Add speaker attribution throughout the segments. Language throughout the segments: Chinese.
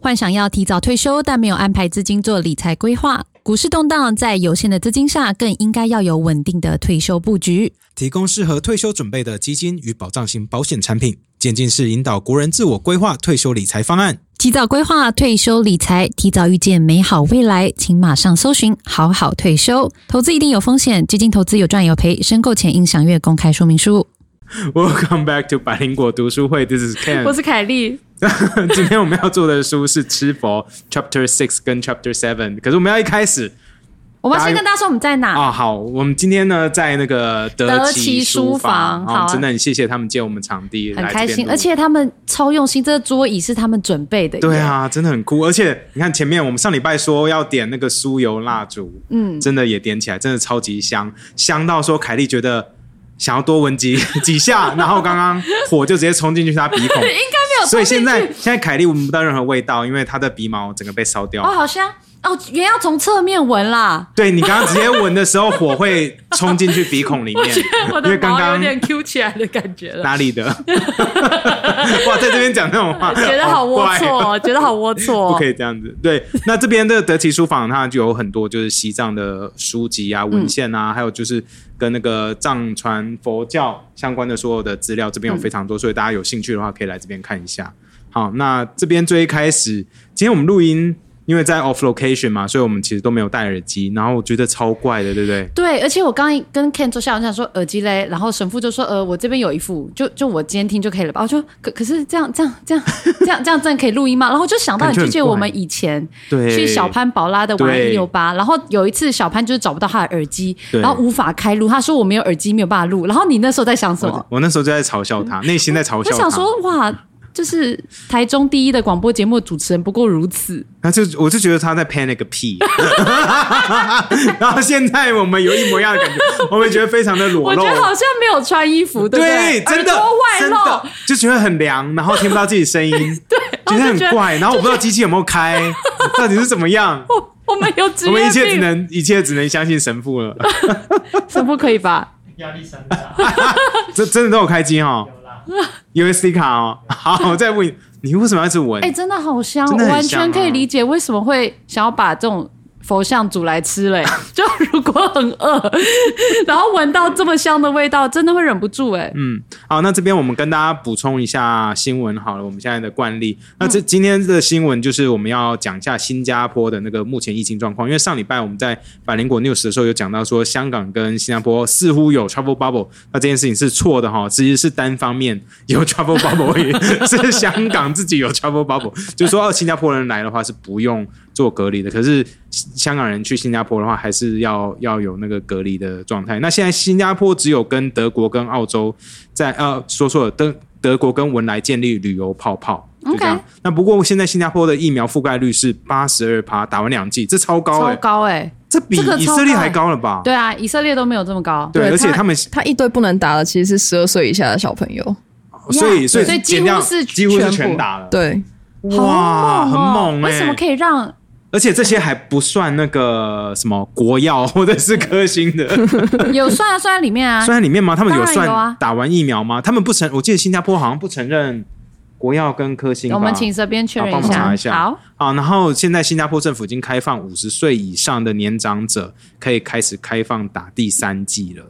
Speaker 1: 幻想要提早退休，但没有安排资金做理财规划。股市动荡，在有限的资金下，更应该要有稳定的退休布局。
Speaker 2: 提供适合退休准备的基金与保障型保险产品，渐进式引导国人自我规划退休理财方 案。
Speaker 1: 及早规划退休理财，提早遇见美好未来，请马上搜寻“好好退休”。投资一定有风险，基金投资有赚有赔，申购前应详阅公开说明书。
Speaker 2: Welcome back to 百灵果读书会，This is
Speaker 3: 我
Speaker 2: Ken。
Speaker 3: 是凯莉，
Speaker 2: 哎 今天我们要做的书是《吃佛》Chapter Six 跟 Chapter Seven，可是我们要一开始
Speaker 3: 我们要
Speaker 2: 大
Speaker 3: 先
Speaker 2: 家
Speaker 3: 跟大家说我们在哪。
Speaker 2: 啊、好，我们今天呢在那个德
Speaker 3: 德
Speaker 2: 奇
Speaker 3: 奇
Speaker 2: 书
Speaker 3: 书
Speaker 2: 房，
Speaker 3: 房
Speaker 2: 啊，
Speaker 3: 好
Speaker 2: 真的很谢谢他们借我们场地，
Speaker 3: 很
Speaker 2: 来
Speaker 3: 开
Speaker 2: 这边
Speaker 3: 心，
Speaker 2: 录
Speaker 3: 而且他们超用心，这个桌椅是他们准备的。
Speaker 2: 对，啊，真的很酷。而且你看前面我们上礼拜说要点那个酥油蜡烛，嗯，真的也点起来，真的超级香，香到说凯莉觉得想要多闻几 几 下，然后刚刚火就直接冲进去她鼻孔，
Speaker 3: 应该没有
Speaker 2: 所以现 在
Speaker 3: 冲进去
Speaker 2: 现在凯莉闻不到任何味道，因为她的鼻毛整个被烧掉。
Speaker 3: 哦，好香哦，原来要从侧面闻啦。
Speaker 2: 对你刚刚直接闻的时候，火会冲进去鼻孔里 面，因为刚刚
Speaker 3: Q 起来的感觉了，
Speaker 2: 哪里的？ 哇，在这边讲这种话，
Speaker 3: 觉得好龌
Speaker 2: 怪哦
Speaker 3: 龊哦，觉得好龌龊
Speaker 2: 不
Speaker 3: 哦。
Speaker 2: 可以这样子。对，那这边的德奇书房，它就有很多就是西藏的书籍
Speaker 3: 嗯
Speaker 2: 啊、文献啊，还有就是跟那个藏传佛教相关的所有的资料，这边
Speaker 3: 嗯
Speaker 2: 有非常多，所以大家有兴趣的话，可以来这边看一下。好，那这边最一开始，今天我们录音，因为在 off location 嘛，所以我们其实都没有戴耳机，然后我觉得超怪的，对不对？
Speaker 3: 对，而且我刚刚跟 Ken 坐下，我想说耳机嘞，然后神父就说，呃，我这边有一副，就就我今天听就可以了吧。我说，可可是这样这样这样 这样这样真的可以录音吗？然后就想到
Speaker 2: 感
Speaker 3: 你
Speaker 2: 觉
Speaker 3: 记得
Speaker 2: 很
Speaker 3: 我
Speaker 2: 怪
Speaker 3: 们以前
Speaker 2: 对，
Speaker 3: 去小潘宝拉的玩
Speaker 2: 对
Speaker 3: 一六八，然后有一次小潘就是找不到他的耳机，
Speaker 2: 对
Speaker 3: 然后无法开录，他说我没有耳机没有办法录。然后你那时候在想什
Speaker 2: 我
Speaker 3: 么？
Speaker 2: 我那时候就在嘲笑他，内心在嘲笑
Speaker 3: 我
Speaker 2: 他。
Speaker 3: 想说哇，就是台中第一的广播节目主持人不过如此。
Speaker 2: 他就我就觉得他在 panic 个屁， 然后现在我们有一模一样的 感觉，我们觉得非常的裸
Speaker 3: 我觉
Speaker 2: 露，
Speaker 3: 得好像没有穿衣服，对不
Speaker 2: 对，真的
Speaker 3: 耳朵外
Speaker 2: 真的
Speaker 3: 露，
Speaker 2: 就觉得很凉，然后听不到自 己声音，对，觉
Speaker 3: 然后
Speaker 2: 得
Speaker 3: 就觉
Speaker 2: 很
Speaker 3: 得
Speaker 2: 怪，然后我不知道机器有没有开，到底是怎么样，
Speaker 3: 我我们有职
Speaker 2: 我们一
Speaker 3: 业
Speaker 2: 切只
Speaker 3: 病，
Speaker 2: 能一切只能相信神父了，
Speaker 3: 神父可以 吧？
Speaker 4: 压力山大，
Speaker 2: 这真的都有开机 哦
Speaker 4: 有啦，
Speaker 2: ，USB 卡哦，好，我再问你你为什么要一直闻
Speaker 3: 哎、？真的好香，
Speaker 2: 真
Speaker 3: 我
Speaker 2: 的很
Speaker 3: 完
Speaker 2: 香
Speaker 3: 全可
Speaker 2: 啊
Speaker 3: 以理解为什么会想要把这种佛像煮来吃嘞、 就如果很饿，然后闻到这么香的味道，真的会忍不住哎、
Speaker 2: 嗯，好，那这边我们跟大家补充一下新闻好了，我们现在的惯例。那这今天的新闻就是我们要讲一下新加坡的那个目前疫情状况，因为上礼拜我们在百灵果 news 的时候有讲到说，香港跟新加坡似乎有 travel bubble，那这件事情是错的哈，其实是单方面有 travel bubble，也是香港自己有 travel bubble，就是说哦，新加坡人来的话是不用做隔离的，可是香港人去新加坡的话，还是要要有那个隔离的状态。那现在新加坡只有跟德国跟澳洲在呃，说错了，德德国跟文莱建立旅游泡泡，就这样。
Speaker 3: OK
Speaker 2: 那不过现在新加坡的疫苗覆盖率是八十二趴，打完两剂，这超高哎、
Speaker 3: 超高哎、
Speaker 2: 这比
Speaker 3: 这个超
Speaker 2: 以色列
Speaker 3: 高欸
Speaker 2: 还高了吧？
Speaker 3: 对啊，以色列都没有这么高，
Speaker 2: 对，
Speaker 5: 对
Speaker 2: 而且他们
Speaker 5: 他一堆不能打的其实是十二岁以下的小朋友，
Speaker 2: 所以所
Speaker 3: 所
Speaker 2: 以
Speaker 3: 以几
Speaker 2: 减
Speaker 3: 乎
Speaker 2: 掉
Speaker 3: 是
Speaker 2: 几乎是
Speaker 3: 全部
Speaker 2: 全打了，
Speaker 5: 对，
Speaker 3: 好
Speaker 2: 哇，很
Speaker 3: 猛哦
Speaker 2: 猛哎、
Speaker 3: 为什么可以 让？
Speaker 2: 而且这些还不算那个什么国药或者是科兴的，
Speaker 3: 有算啊算在里面 啊
Speaker 2: 算，在里面吗？他们有
Speaker 3: 当然有
Speaker 2: 算
Speaker 3: 啊
Speaker 2: 打完疫苗吗？他们不承，我记得新加坡好像不承认国药跟科兴吧。
Speaker 3: 我们请这边确认
Speaker 2: 好帮我查一下
Speaker 3: 好，
Speaker 2: 啊，然后现在新加坡政府已经开放五十岁以上的年长者可以开始开放打第三剂了，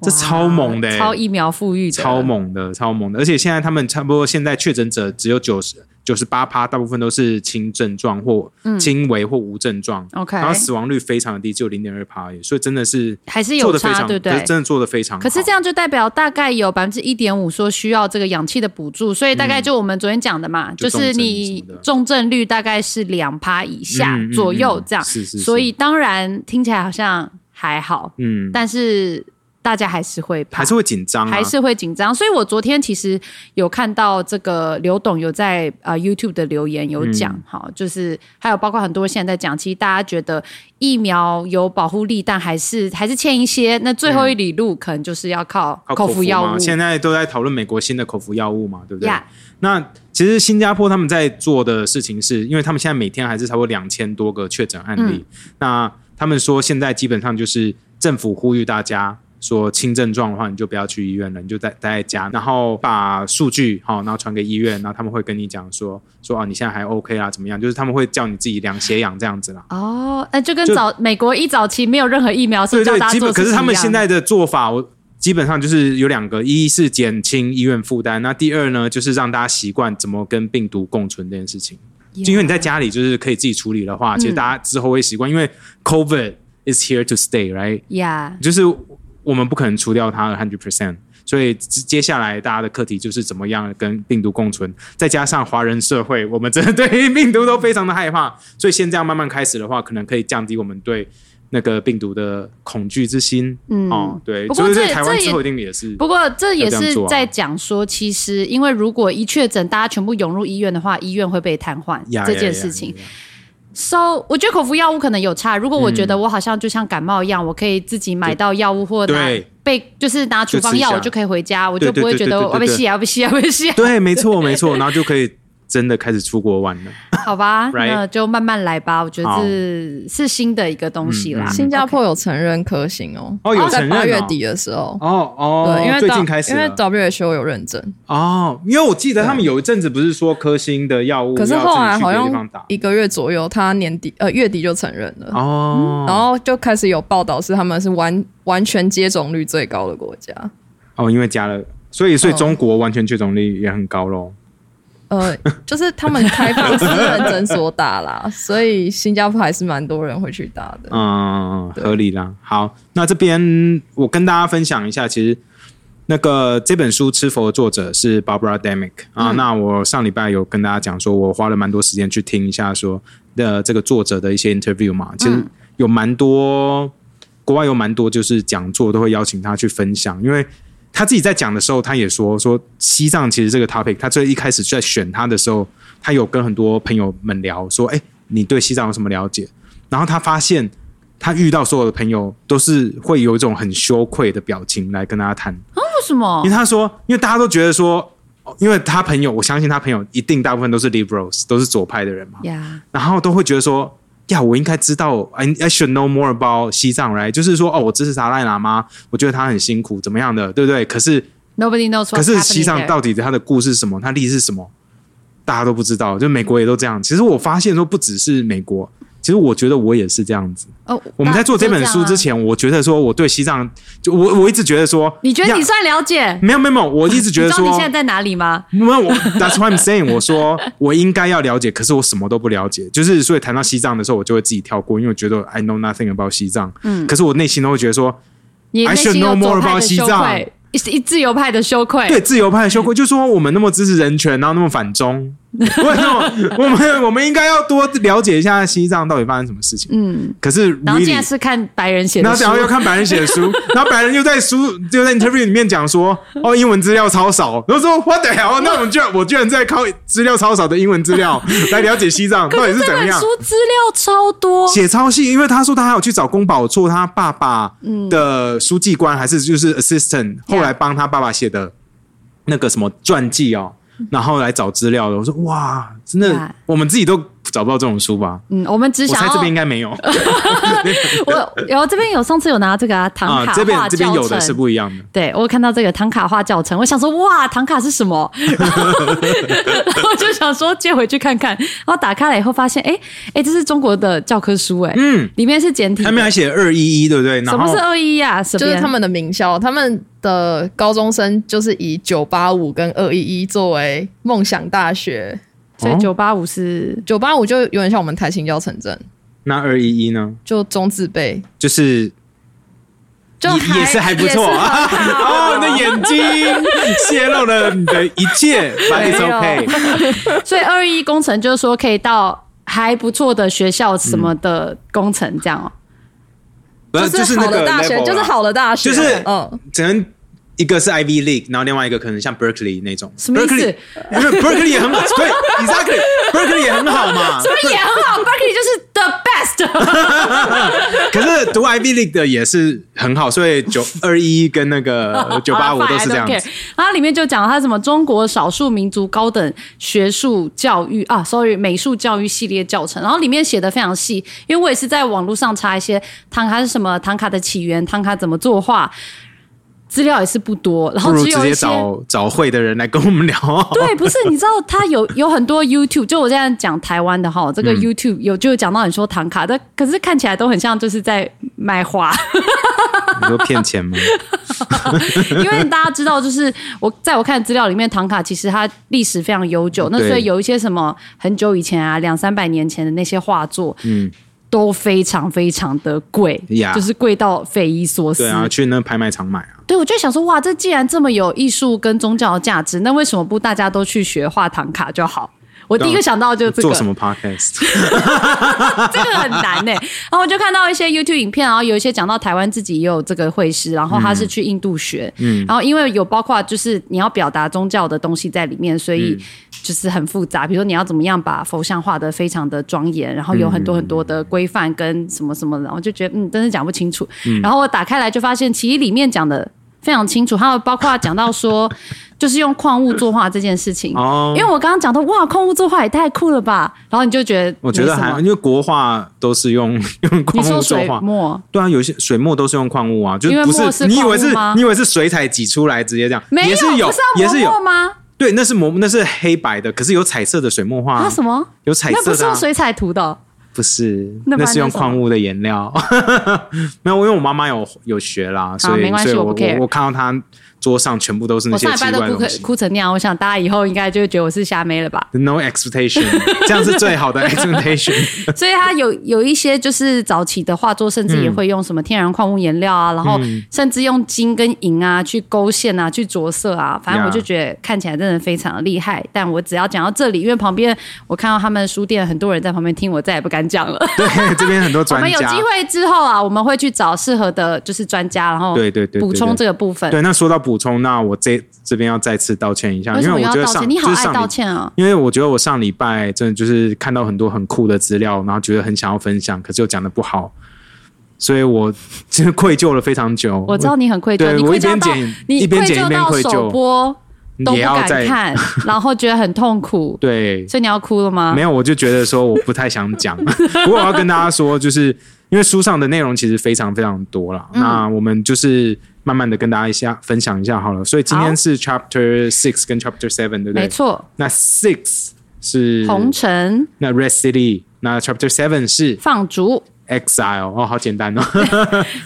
Speaker 2: 这
Speaker 3: 哇
Speaker 2: 超猛的欸、
Speaker 3: 超疫苗富裕的，
Speaker 2: 超猛的，超猛的！而且现在他们差不多现在确诊者只有九十九十八趴，大部分都是轻症状或轻微或无症状。
Speaker 3: 嗯 OK
Speaker 2: 然后死亡率非常的低，只有零点二趴而已，所以真的是
Speaker 3: 还是
Speaker 2: 做
Speaker 3: 有
Speaker 2: 的非
Speaker 3: 差，
Speaker 2: 常，
Speaker 3: 对不
Speaker 2: 可
Speaker 3: 对
Speaker 2: 是？真的做的非常好。
Speaker 3: 可是这样就代表大概有百分之一点五说需要这个氧气的补助，所以大概就我们昨天讲的嘛，
Speaker 2: 嗯就
Speaker 3: 就是你重症率大概是两趴以下
Speaker 2: 嗯嗯嗯
Speaker 3: 左右这样，
Speaker 2: 是是是
Speaker 3: 所以当然听起来好像还好，
Speaker 2: 嗯，
Speaker 3: 但是大家还是会怕，
Speaker 2: 还是会紧张、啊，
Speaker 3: 还是会紧张。所以我昨天其实有看到这个刘董有在呃 YouTube 的留言有讲，
Speaker 2: 嗯
Speaker 3: 好，就是还有包括很多现在在讲，其实大家觉得疫苗有保护力，但还是还是欠一些。那最后一里路可能就是要靠
Speaker 2: 嗯靠
Speaker 3: 口
Speaker 2: 服
Speaker 3: 服药
Speaker 2: 嘛
Speaker 3: 物。
Speaker 2: 现在都在讨论美国新的口服药物嘛，对不对
Speaker 3: 呀
Speaker 2: 那其实新加坡他们在做的事情是，因为他们现在每天还是差不多两千
Speaker 3: 嗯
Speaker 2: 多个确诊案例，那他们说现在基本上就是政府呼吁大家说轻症状的话，你就不要去医院了，你就在待在家，然后把数据好、然后传给医院，然后他们会跟你讲说说啊，你现在还 OK 啊，怎么样？就是他们会叫你自己量血氧这样子啦。
Speaker 3: 哦，那就跟
Speaker 2: 就
Speaker 3: 早美国一早期没有任何疫苗
Speaker 2: 对
Speaker 3: 是叫
Speaker 2: 对
Speaker 3: 大，家
Speaker 2: 基
Speaker 3: 做
Speaker 2: 本
Speaker 3: 事
Speaker 2: 可是
Speaker 3: 情
Speaker 2: 他们
Speaker 3: 一样
Speaker 2: 现在的做法，我基本上就是有两个，一是减轻医院负担，那第二呢，就是让大家习惯怎么跟病毒共存这件事情。就因为你在家里就是可以自己处理的话，
Speaker 3: 嗯
Speaker 2: 其实大家之后会习惯，因为 COVID is here to stay，right？
Speaker 3: 呀，
Speaker 2: 就是我们不可能除掉它 hundred percent，所以接下来大家的课题就是怎么样跟病毒共存，再加上华人社会，我们真的对 于病毒都非常的害怕，所以现在要慢慢开始的话，可能可以降低我们对那个病毒的恐惧之心。
Speaker 3: 嗯
Speaker 2: 哦，对，
Speaker 3: 不
Speaker 2: 所
Speaker 3: 过
Speaker 2: 以在
Speaker 3: 这
Speaker 2: 台湾
Speaker 3: 这也
Speaker 2: 之后一定也是。
Speaker 3: 不过这也
Speaker 2: 要这样
Speaker 3: 是
Speaker 2: 做啊
Speaker 3: 在讲说，其实因为如果一确诊，大家全部涌入医院的话，医院会被瘫痪
Speaker 2: 呀
Speaker 3: 这
Speaker 2: 呀
Speaker 3: 件
Speaker 2: 呀
Speaker 3: 事情
Speaker 2: 呀。
Speaker 3: So，我觉得口服药物可能有差。如果我觉
Speaker 2: 嗯
Speaker 3: 得我好像就像感冒一样，我可以自己买到药物或拿
Speaker 2: 对
Speaker 3: 被就是拿处方
Speaker 2: 就吃一
Speaker 3: 药，
Speaker 2: 下
Speaker 3: 我就可以回家，我就
Speaker 2: 对对
Speaker 3: 不会
Speaker 2: 对
Speaker 3: 觉
Speaker 2: 对
Speaker 3: 得
Speaker 2: 对对
Speaker 3: 我被
Speaker 2: 对
Speaker 3: 吸啊，我被吸啊，我被吸啊。
Speaker 2: 对，没错，没错，然后就可以真的开始出国玩了。
Speaker 3: 好吧，
Speaker 2: Right
Speaker 3: 那就慢慢来吧。我觉得
Speaker 2: 好
Speaker 3: 是是新的一个东西
Speaker 2: 嗯
Speaker 3: 啦。啊
Speaker 5: 新加坡有承认科兴哦，
Speaker 2: 哦有
Speaker 5: 在
Speaker 2: 承认
Speaker 5: 八月
Speaker 2: 哦
Speaker 5: 底的时候，
Speaker 2: 哦哦，
Speaker 5: 对，因为
Speaker 2: 最
Speaker 5: W-
Speaker 2: 近开始
Speaker 5: 因为
Speaker 2: 了
Speaker 5: WHO 有认证，
Speaker 2: 哦，因为我记得他们有一阵子不是说科兴的药物，
Speaker 5: 可是后来好
Speaker 2: 地方
Speaker 5: 像
Speaker 2: 打
Speaker 5: 一个月左右，他年底呃月底就承认了。
Speaker 2: 哦，
Speaker 5: 然后就开始有报道是他们是完完全接种率最高的国家，
Speaker 2: 哦，因为加了，所以所以
Speaker 5: 嗯
Speaker 2: 中国完全确诊率也很高喽。
Speaker 5: 呃，就是他们开放私人诊所打啦，所以新加坡还是蛮多人会去打的。
Speaker 2: 嗯，
Speaker 5: 对
Speaker 2: 合理啦。好，那这边我跟大家分享一下，其实那个这本书《吃佛》的作者是 Barbara Demick 啊。
Speaker 5: 嗯
Speaker 2: 那我上礼拜有跟大家讲说，我花了蛮多时间去听一下说的、这个作者的一些 interview 嘛，其
Speaker 5: 嗯
Speaker 2: 实有蛮多、国外有蛮多就是讲座都会邀请他去分享，因为。他自己在讲的时候，他也说说西藏其实这个 topic，他最一开始在选他的时候，他有跟很多朋友们聊说，哎、你对西藏有什么了解？然后他发现他遇到所有的朋友都是会有一种很羞愧的表情来跟大家谈，
Speaker 3: 为什么
Speaker 2: 因为？他说，因为大家都觉得说，哦因为他朋友，我相信他朋友一定大部分都是 liberals，都是左派的人嘛，
Speaker 3: 呀，
Speaker 2: 然后都会觉得说，呀，我应该知道，I I should know more about 西藏，right？就是说，哦，我支持达赖喇嘛，我觉得他很辛苦，怎么样的，对不对？可是
Speaker 3: Nobody knows what's
Speaker 2: 可是西
Speaker 3: happening
Speaker 2: 藏
Speaker 3: there
Speaker 2: 到底它的故事是什么？它历史是什么？大家都不知道，就美国也都这样。其实我发现说，不只是美国，其实我觉得我也是这样子。
Speaker 3: 哦，
Speaker 2: 我们在做这本书之
Speaker 3: 前。
Speaker 2: 前，我觉得说我对西藏，就我我一直觉得说，
Speaker 3: 啊你觉得你
Speaker 2: 呀
Speaker 3: 算了解？
Speaker 2: 没有没有没有，我一直觉得
Speaker 3: 你知道
Speaker 2: 说
Speaker 3: 你，现在在哪里吗？
Speaker 2: 没有我 That's what I'm saying，我说我应该要了解，可是我什么都不了解，就是所以谈到西藏的时候，我就会自己跳过，因为我觉得 I know nothing about 西藏。嗯，可是我内心都会觉得说，
Speaker 3: 你
Speaker 2: I
Speaker 3: 内
Speaker 2: should
Speaker 3: 心
Speaker 2: know
Speaker 3: 有
Speaker 2: more
Speaker 3: 左派
Speaker 2: about
Speaker 3: 的
Speaker 2: 西
Speaker 3: 羞
Speaker 2: 藏
Speaker 3: 愧，一一自由派的羞愧。
Speaker 2: 对自由派的羞愧，就说我们那么支持人权，然后那么反 中，为什么我们我们应该要多了解一下西藏到底发生什么事情？嗯，可是
Speaker 3: 然后竟
Speaker 2: really
Speaker 3: 然是看白人写的
Speaker 2: 然后
Speaker 3: 书，
Speaker 2: 然后又看白人写的书， 然后白人又在书就在 interview 里面讲说，哦，英文资料超少，然后说 what the hell？那我们居然我居然在靠资料超少的英文资 料来了解西藏到
Speaker 3: 可
Speaker 2: 底是
Speaker 3: 这
Speaker 2: 怎么
Speaker 3: 本
Speaker 2: 样
Speaker 3: 书。资料超多，
Speaker 2: 写超细，因为他说他还有去找宫保做他爸爸
Speaker 3: 嗯
Speaker 2: 的书记官，还是就是 assistant，后来帮他爸爸写的那个什么传记哦，
Speaker 3: 嗯
Speaker 2: 然后来找资料的。我说哇，真的
Speaker 3: 哇，
Speaker 2: 我们自己都找不到这种书吧？
Speaker 3: 嗯，我们只
Speaker 2: 我
Speaker 3: 想
Speaker 2: 猜这边应
Speaker 3: 要
Speaker 2: 该没有
Speaker 3: 我有这边有上次有拿这个啊唐
Speaker 2: 啊
Speaker 3: 卡，
Speaker 2: 这边
Speaker 3: 画
Speaker 2: 这边
Speaker 3: 教
Speaker 2: 有的是
Speaker 3: 程。
Speaker 2: 不一样的。
Speaker 3: 对，我有看到这个唐卡画教程，我想说哇，唐卡是什 么？然后然后我就想说借回去看看，然后打开来以后发现，哎哎，这是中国的教科书，哎，
Speaker 2: 嗯，
Speaker 3: 里面是简体的
Speaker 2: 他。们还写二一一，对不对？
Speaker 3: 什
Speaker 2: 然
Speaker 3: 么
Speaker 2: 后
Speaker 3: 是二一啊呀？什么
Speaker 5: 就是他们的名校，他们的高中生就是以九八五跟二一一作为梦想大学。
Speaker 3: 所以
Speaker 2: 哦
Speaker 3: 九八五是
Speaker 5: 九八五就有点像我们台青教城镇，
Speaker 2: 那二一一呢？
Speaker 5: 就中字辈，
Speaker 2: 就是
Speaker 5: 就
Speaker 2: 也也是还不错啊
Speaker 5: 也是很好
Speaker 2: 哦，你的眼睛泄露了你的一切，but it's
Speaker 5: 没有
Speaker 2: okay。
Speaker 3: 所以二一工程就是说可以到还不错的学校什么的工程这样 哦。
Speaker 2: 不呃是
Speaker 5: 就是
Speaker 2: 那
Speaker 5: 好
Speaker 2: 个
Speaker 5: 的大
Speaker 2: level
Speaker 5: 学，
Speaker 2: 啦
Speaker 5: 就是好的大学，
Speaker 2: 就是
Speaker 5: 嗯，
Speaker 2: 只能一个是 Ivy League，然后另外一个可能像 Berkeley 那种。
Speaker 3: 什么意思
Speaker 2: Berkeley，因为 Berkeley 也很好， 对，exactly，Berkeley 也很好嘛。
Speaker 3: 这也很好，Berkeley 就是 the best。
Speaker 2: 可是读 Ivy League 的也是很好，所以九二一跟那个九八五
Speaker 3: 好啦
Speaker 2: 都是
Speaker 3: fine，I
Speaker 2: 这
Speaker 3: don't
Speaker 2: 样
Speaker 3: care
Speaker 2: 子。
Speaker 3: 然后它里面就讲它什么中国少数民族高等学术教育啊，sorry，美术教育系列教程。然后里面写的非常细，因为我也是在网络上查一些唐卡是什么，唐卡的起源，唐卡怎么作画。资料也是不多，然
Speaker 2: 不
Speaker 3: 后
Speaker 2: 如
Speaker 3: 只
Speaker 2: 直
Speaker 3: 有一
Speaker 2: 接
Speaker 3: 些。
Speaker 2: 找找会的人来跟我们聊。
Speaker 3: 对，不是，你知道他有有很多 YouTube，就我现在讲台湾的哈，
Speaker 2: 嗯
Speaker 3: 这个 YouTube 有就有讲到你说唐卡，但可是看起来都很像就是在卖花，
Speaker 2: 你说骗钱吗？
Speaker 3: 因为大家知道，就是我在我看的资料里面，唐卡其实它历史非常悠久，那
Speaker 2: 对
Speaker 3: 所以有一些什么很久以前啊，两三百年前的那些画作，
Speaker 2: 嗯
Speaker 3: 嗯，都非常非常的贵
Speaker 2: 呀
Speaker 3: 就是贵到匪夷所思。
Speaker 2: 对啊，去那拍卖场买啊。
Speaker 3: 对，我就想说，哇，这既然这么有艺术跟宗教的价值，那为什么不大家都去学画唐卡就好？我第一个想到就是这个，
Speaker 2: 做什 么 podcast？
Speaker 3: 这个很难呢、然后我就看到一些 YouTube 影片，然后有一些讲到台湾自己也有这个会师，然后他是去印度学，
Speaker 2: 嗯
Speaker 3: 然后因为有包括就是你要表达宗教的东西在里面，所
Speaker 2: 嗯
Speaker 3: 以就是很复杂。比如说你要怎么样把佛像画得非常的庄
Speaker 2: 嗯
Speaker 3: 严，然后有很多很多的规范跟什么什么的，然后就觉得嗯，真是讲不清楚。
Speaker 2: 嗯
Speaker 3: 然后我打开来就发现，其实里面讲的。非常清楚，还有包括讲到说， 就是用矿物作画这件事情。
Speaker 2: 哦
Speaker 3: 因为我刚刚讲到，哇，矿物作画也太酷了吧！然后你就觉得，
Speaker 2: 我觉得还因为国画都是用 用
Speaker 3: 你
Speaker 2: 矿
Speaker 3: 说
Speaker 2: 物作
Speaker 3: 水
Speaker 2: 画，
Speaker 3: 墨
Speaker 2: 对啊，有些水墨都是用矿物啊，就
Speaker 3: 因为
Speaker 2: 不
Speaker 3: 墨
Speaker 2: 是
Speaker 3: 是
Speaker 2: 你以
Speaker 3: 矿物
Speaker 2: 为是
Speaker 3: 吗
Speaker 2: 你以为是水彩挤出来直接这样，
Speaker 3: 没
Speaker 2: 也是
Speaker 3: 有，
Speaker 2: 有
Speaker 3: 不是要
Speaker 2: 也是
Speaker 3: 磨墨
Speaker 2: 有，
Speaker 3: 吗？
Speaker 2: 对，那是磨那是黑白的，可是有彩色的水墨画
Speaker 3: 啊什么？
Speaker 2: 有彩
Speaker 3: 那不
Speaker 2: 色
Speaker 3: 是
Speaker 2: 的啊、
Speaker 3: 用水彩涂的哦、
Speaker 2: 不是，
Speaker 3: 那不然
Speaker 2: 是用
Speaker 3: 那什么
Speaker 2: 矿物的颜料。 没有，因为我妈妈有有学啦，所以
Speaker 3: 没关系
Speaker 2: 所以
Speaker 3: 我
Speaker 2: 我
Speaker 3: 不 care
Speaker 2: 我看到她桌上全部都是那
Speaker 3: 我
Speaker 2: 嗯些
Speaker 3: 上礼
Speaker 2: 奇
Speaker 3: 拜都
Speaker 2: 怪的
Speaker 3: 哭
Speaker 2: 东
Speaker 3: 可
Speaker 2: 西。
Speaker 3: 哭成那样，我想大家以后应该就会觉得我是瞎妹了吧？
Speaker 2: No expectation，这样是最好的 expectation。
Speaker 3: 所以它有有一些就是早期的画作，甚至也
Speaker 2: 嗯
Speaker 3: 会用什么天然矿物颜料啊，然后甚至用金跟银啊去勾线啊，去着色啊。反正
Speaker 2: Yeah
Speaker 3: 我就觉得看起来真的非常的厉害。但我只要讲到这里，因为旁边我看到他们书店很多人在旁边听，我再也不敢讲了。
Speaker 2: 对，这边很多
Speaker 3: 我
Speaker 2: 专
Speaker 3: 们有
Speaker 2: 家
Speaker 3: 机。会之后啊，我们会去找适合的，就是专家，然后
Speaker 2: 对对对对
Speaker 3: 补充这个部分。
Speaker 2: 对，那说到补充，那我这这边要再次道歉一下，
Speaker 3: 为
Speaker 2: 因
Speaker 3: 什么
Speaker 2: 我
Speaker 3: 要
Speaker 2: 觉得
Speaker 3: 道
Speaker 2: 上
Speaker 3: 歉？你好
Speaker 2: 就是
Speaker 3: 爱
Speaker 2: 上
Speaker 3: 道
Speaker 2: 礼
Speaker 3: 歉啊！
Speaker 2: 因为我觉得我上礼拜真的就是看到很多很酷的资料，然后觉得很想要分享，可是又讲的不好，所以我真的愧疚了非常久。
Speaker 3: 我知道你很愧疚，
Speaker 2: 对
Speaker 3: 你
Speaker 2: 我
Speaker 3: 愧
Speaker 2: 一边
Speaker 3: 疚到
Speaker 2: 剪
Speaker 3: 你
Speaker 2: 一
Speaker 3: 愧
Speaker 2: 边剪一
Speaker 3: 疚
Speaker 2: 边
Speaker 3: 到
Speaker 2: 愧
Speaker 3: 首
Speaker 2: 疚，
Speaker 3: 播都不
Speaker 2: 也要
Speaker 3: 敢
Speaker 2: 再
Speaker 3: 看，然后觉得很痛苦，
Speaker 2: 对，
Speaker 3: 所以你要哭了吗？
Speaker 2: 没
Speaker 3: 有，
Speaker 2: 有，我就觉得说我不太想讲。 不过我要跟大家说，就是因为书上的内容其实非常非常多
Speaker 3: 嗯
Speaker 2: 啦。那我们就是慢慢的跟大家一下分享一下好了。所以今
Speaker 3: 好
Speaker 2: 天是 Chapter Six 跟 Chapter Seven，对不
Speaker 3: 没
Speaker 2: 对？
Speaker 3: 错，
Speaker 2: 那 Six 是
Speaker 3: 红尘
Speaker 2: 那 Red City，那 Chapter Seven 是
Speaker 3: 放逐。
Speaker 2: Exile。哦，好简单哦。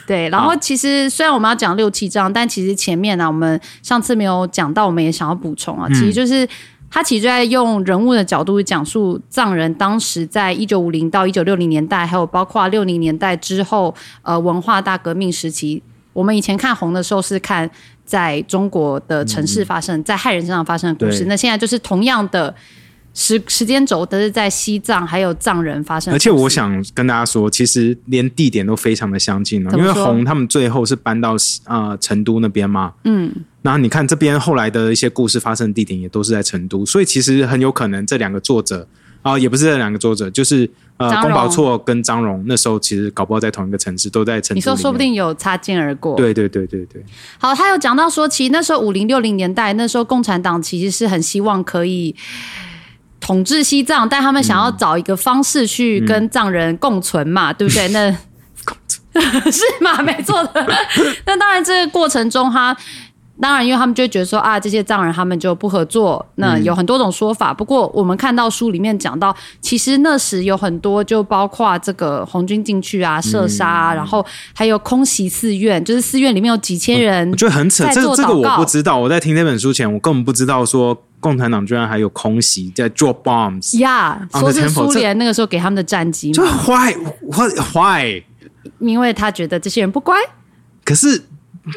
Speaker 3: 对，然后其实虽然我们要讲六七章，但其实前面呢、啊我们上次没有讲到，我们也想要补充啊。其
Speaker 2: 嗯
Speaker 3: 实就是他其实就在用人物的角度讲述藏人当时在一九五零到一九六零年代，还有包括六零年代之后，呃，文化大革命时期。我们以前看红的时候是看在中国的城市发生、在汉人身上发生的故事，
Speaker 2: 嗯对
Speaker 3: 那现在就是同样的时时间轴，但是在西藏还有藏人发生的
Speaker 2: 而
Speaker 3: 故事。
Speaker 2: 且我想跟大家说，其实连地点都非常的相近了、哦
Speaker 3: 怎
Speaker 2: 因
Speaker 3: 么
Speaker 2: 为
Speaker 3: 说
Speaker 2: 红他们最后是搬到西呃成都那边嘛，嗯，然后你看这边后来的一些故事发生的地点也都是在成都，所以其实很有可能这两个作者啊、也不是这两个作者，就是呃
Speaker 3: 张
Speaker 2: 宫
Speaker 3: 荣
Speaker 2: 保错跟张荣那时候其实搞不好在同一个城市，都在成都。
Speaker 3: 你说说不。定嗯有擦肩而过。
Speaker 2: 对对对对对，
Speaker 3: 好，他有讲到说，其实那时候五零六零年代，那时候共产党其实是很希望可以统治西藏，但他们想要找一个方式去跟藏人共存嘛，对不对？那是吗？没错的。那当然，这个过程中他。当然，因为他们就会觉得说啊，这些藏人他们就不合作，那有很多种说法。不过我们看到书里面讲到，其实那时有很多，就包括这个红军进去啊、射杀啊，然后还有空袭寺院，就是寺院里面有几千人。
Speaker 2: 我觉得很扯
Speaker 3: 在，
Speaker 2: 这
Speaker 3: 做
Speaker 2: 这
Speaker 3: 祷
Speaker 2: 个我
Speaker 3: 告
Speaker 2: 不知道。我在听这本书前，我根本不知道说共产党居然还有空袭在 drop bombs，
Speaker 3: 呀
Speaker 2: On the
Speaker 3: 说是
Speaker 2: temple，
Speaker 3: 苏联那个时候给他们的战机
Speaker 2: 就
Speaker 3: 嘛，
Speaker 2: why what why？
Speaker 3: 因为他觉得这些人不乖，
Speaker 2: 可是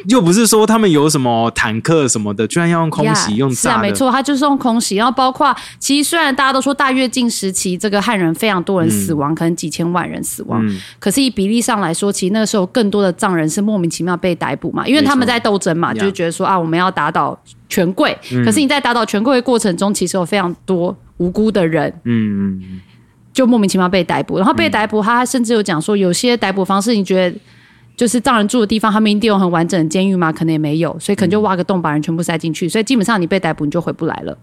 Speaker 2: 又不是说他们有什么坦克什么的，居然要用空袭、
Speaker 3: Yeah，
Speaker 2: 用
Speaker 3: 是
Speaker 2: 炸的，
Speaker 3: 啊，没错，他就是用空袭。然后包括，其实虽然大家都说大跃进时期这个汉人非常多人死
Speaker 2: 嗯
Speaker 3: 亡，可能几千万人死亡，可是以比例上来说，其实那个时候更多的藏人是莫名其妙被逮捕嘛，因为
Speaker 2: 没错
Speaker 3: 他们在斗争嘛，
Speaker 2: Yeah
Speaker 3: 就是觉得说啊，我们要打倒权贵。可是你在打倒权贵的过程中，其实有非常多无辜的人
Speaker 2: 嗯，嗯，
Speaker 3: 就莫名其妙被逮捕，然后被逮捕，他甚至有讲说，有些逮捕方式，你觉得就是藏人住的地方，他们一定有很完整的监狱吗？可能也没有，所以可能就挖个洞把人全部塞进去，所以基本上你被逮捕你就回不来了。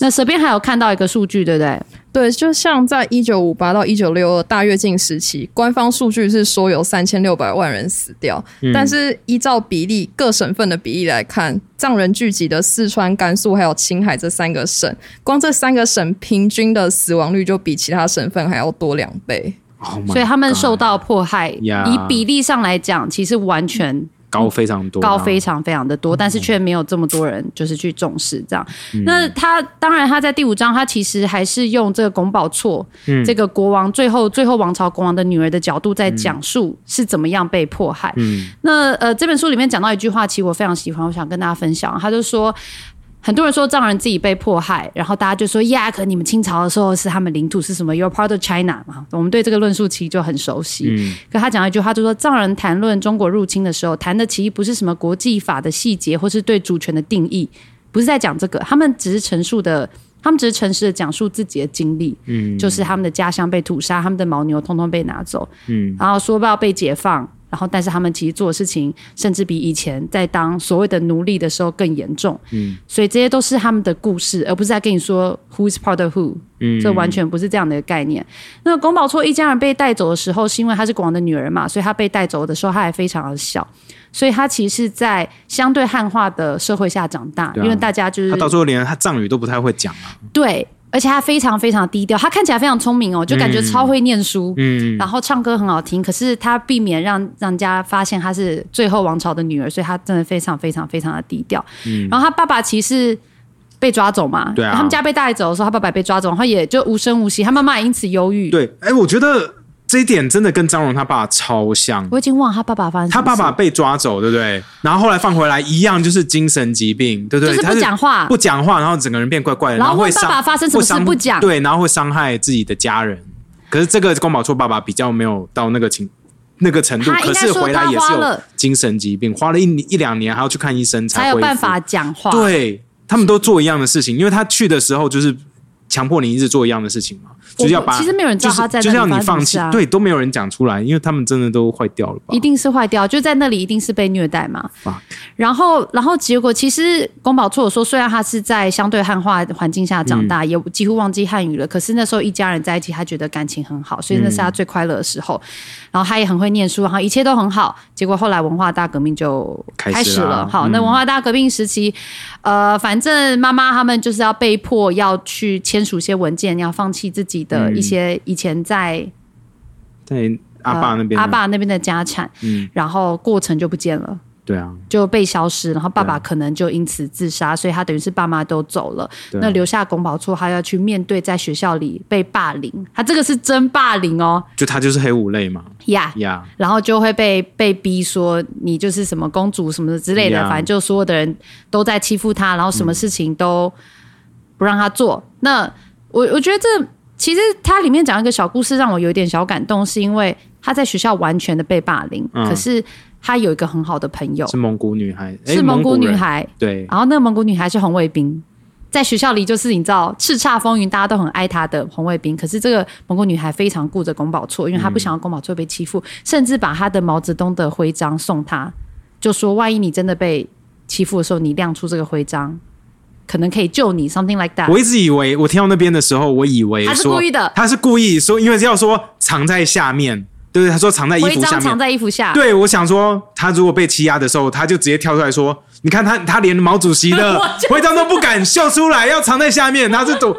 Speaker 3: 那舌边还有看到一个数据，对不对？
Speaker 5: 对，就像在一九五八到一九六二大跃进时期，官方数据是说有三千六百万人死掉，
Speaker 2: 嗯
Speaker 5: 但是依照比例各省份的比例来看，藏人聚集的四川、甘肃还有青海这三个省，光这三个省平均的死亡率就比其他省份还要多两 倍。
Speaker 2: Oh my
Speaker 3: 所以他们
Speaker 2: God
Speaker 3: 受到迫害
Speaker 2: Yeah
Speaker 3: 以比例上来讲，其实完全
Speaker 2: 高非常多啊，嗯
Speaker 3: 高非常非常的多，但是却没有这么多人就是去重视这样。那他当然他在第五章，他其实还是用这个拱宝错、
Speaker 2: 嗯
Speaker 3: 这个国王最后最后王朝国王的女儿的角度在讲述是怎么样被迫害。
Speaker 2: 嗯
Speaker 3: 那呃这本书里面讲到一句话，其实我非常喜欢，我想跟大家分享。他就说。很多人说藏人自己被迫害，然后大家就说呀，可你们清朝的时候是他们领土是什么？You're part of China 嘛。我们对这个论述其实就很熟悉。
Speaker 2: 嗯
Speaker 3: 可他讲了一句话，就说藏人谈论中国入侵的时候，谈的其实不是什么国际法的细节，或是对主权的定义，不是在讲这个，他们只是陈述的，他们只是诚实的讲述自己的经历，
Speaker 2: 嗯
Speaker 3: 就是他们的家乡被屠杀，他们的牦牛通通被拿走，
Speaker 2: 嗯
Speaker 3: 然后说要被解放，然后但是他们其实做的事情，甚至比以前在当所谓的奴隶的时候更严重，
Speaker 2: 嗯
Speaker 3: 所以这些都是他们的故事，而不是在跟你说 who's part of who，
Speaker 2: 嗯，
Speaker 3: 这完全不是这样的概念。那龚宝错一家人被带走的时候，是因为她是国王的女儿嘛，所以她被带走的时候，她还非常的小，所以她其实是在相对汉化的社会下长大，
Speaker 2: 对啊
Speaker 3: 因为大家就是
Speaker 2: 他到最后连他藏语都不太会讲啊，
Speaker 3: 对，而且她非常非常低调，她看起来非常聪明哦，就感觉超会念书。
Speaker 2: 嗯
Speaker 3: 然后唱歌很好听，可是她避免让让人家发现她是最后王朝的女儿，所以她真的非常非常非常的低调。
Speaker 2: 嗯
Speaker 3: 然后他爸爸其实被抓走嘛，
Speaker 2: 对啊
Speaker 3: 他们家被带走的时候，他爸爸也被抓走，然后也就无声无息，他妈妈也因此忧郁。，
Speaker 2: 对，哎，我觉得这一点真的跟张荣他爸超像。
Speaker 3: 我已经忘了他爸爸发生什
Speaker 2: 他
Speaker 3: 么
Speaker 2: 爸爸
Speaker 3: 事
Speaker 2: 被抓走，对不对？然后后来放回来，一样就是精神疾病，对不对？
Speaker 3: 就是
Speaker 2: 他
Speaker 3: 不讲话
Speaker 2: 不讲话，然后整个人变怪怪的，
Speaker 3: 然后
Speaker 2: 后会
Speaker 3: 问爸
Speaker 2: 伤
Speaker 3: 爸发生什么
Speaker 2: 会
Speaker 3: 事
Speaker 2: 伤
Speaker 3: 不讲
Speaker 2: 对，然后会伤害自己的家人。可是这个宫保错爸爸比较没有到那个情那个程度，
Speaker 3: 他应
Speaker 2: 可
Speaker 3: 该
Speaker 2: 是
Speaker 3: 说
Speaker 2: 回来
Speaker 3: 他
Speaker 2: 也
Speaker 3: 花
Speaker 2: 是有
Speaker 3: 了
Speaker 2: 精神疾病，花了一一两年还要去看医生
Speaker 3: 才有
Speaker 2: 恢
Speaker 3: 办
Speaker 2: 复
Speaker 3: 法讲话。，
Speaker 2: 对他们都做一样的事情，因为他去的时候就是强迫你一直做一样的事情嘛，
Speaker 3: 我
Speaker 2: 就是要把
Speaker 3: 其实没有人知道他在
Speaker 2: 就是
Speaker 3: 那
Speaker 2: 就是要
Speaker 3: 里
Speaker 2: 你
Speaker 3: 发生
Speaker 2: 放
Speaker 3: 什么事
Speaker 2: 弃
Speaker 3: 啊，
Speaker 2: 对，都没有人讲出来，因为他们真的都坏掉了吧？
Speaker 3: 一定是坏掉，就在那里一定是被虐待嘛。
Speaker 2: Fuck
Speaker 3: 然后，然后结果其实宫保错说，虽然他是在相对汉化环境下长
Speaker 2: 嗯
Speaker 3: 大，也几乎忘记汉语了，可是那时候一家人在一起，他觉得感情很好，所以那是他最快乐的时候。
Speaker 2: 嗯
Speaker 3: 然后他也很会念书，然后一切都很好。结果后来文化大革命就
Speaker 2: 开始嗯
Speaker 3: 开始
Speaker 2: 啦
Speaker 3: 了。好，那文化大革命时期，呃，反正妈妈他们就是要被迫要去签署一些文件，要放弃自己的一些以前在
Speaker 2: 在嗯阿
Speaker 3: 呃
Speaker 2: 爸那边呢，
Speaker 3: 阿爸那边的家产，
Speaker 2: 嗯
Speaker 3: 然后过程就不见了。
Speaker 2: 对啊，
Speaker 3: 就被消失，然后爸爸
Speaker 2: 对
Speaker 3: 可能就因此自杀，所以他等于是爸妈都走了，
Speaker 2: 对啊
Speaker 3: 那留下龚宝错，他要去面对在学校里被霸凌，他这个是真霸凌哦，
Speaker 2: 就他就是黑五类嘛，
Speaker 3: 呀、
Speaker 2: 呀、
Speaker 3: 然后就会被被逼说你就是什么公主什么的之类的
Speaker 2: Yeah
Speaker 3: 反正就所有的人都在欺负他，然后什么事情都不让他
Speaker 2: 嗯
Speaker 3: 做。那我我觉得这其实它里面讲一个小故事，让我有点小感动，是因为他在学校完全的被霸凌，
Speaker 2: 嗯
Speaker 3: 可是他有一个很好的朋友
Speaker 2: 是蒙古女孩，诶
Speaker 3: 是蒙古女
Speaker 2: 哎人，
Speaker 3: 孩，
Speaker 2: 对，
Speaker 3: 然后那个蒙古女孩是红卫兵，在学校里就是你知道叱咤风云，大家都很爱她的红卫兵。可是这个蒙古女孩非常顾着宫保错，因
Speaker 2: 嗯
Speaker 3: 为她不想要宫保错被欺负，甚至把她的毛泽东的徽章送她，就说万一你真的被欺负的时候，你亮出这个徽章，可能可以救你，something like that。
Speaker 2: 我一直以为我听到那边的时候，我以为
Speaker 3: 啊他是
Speaker 2: 说
Speaker 3: 故意的
Speaker 2: 他是故意说，因为要说藏在下面，对不对？他说藏在衣
Speaker 3: 徽
Speaker 2: 服下
Speaker 3: 章
Speaker 2: 面
Speaker 3: 藏，在衣服下，
Speaker 2: 对，我想说，他如果被欺压的时候，他就直接跳出来说：“你看他，他连毛主席 的
Speaker 3: 我就
Speaker 2: 徽章都不敢秀出来，要藏在下面。”他是懂。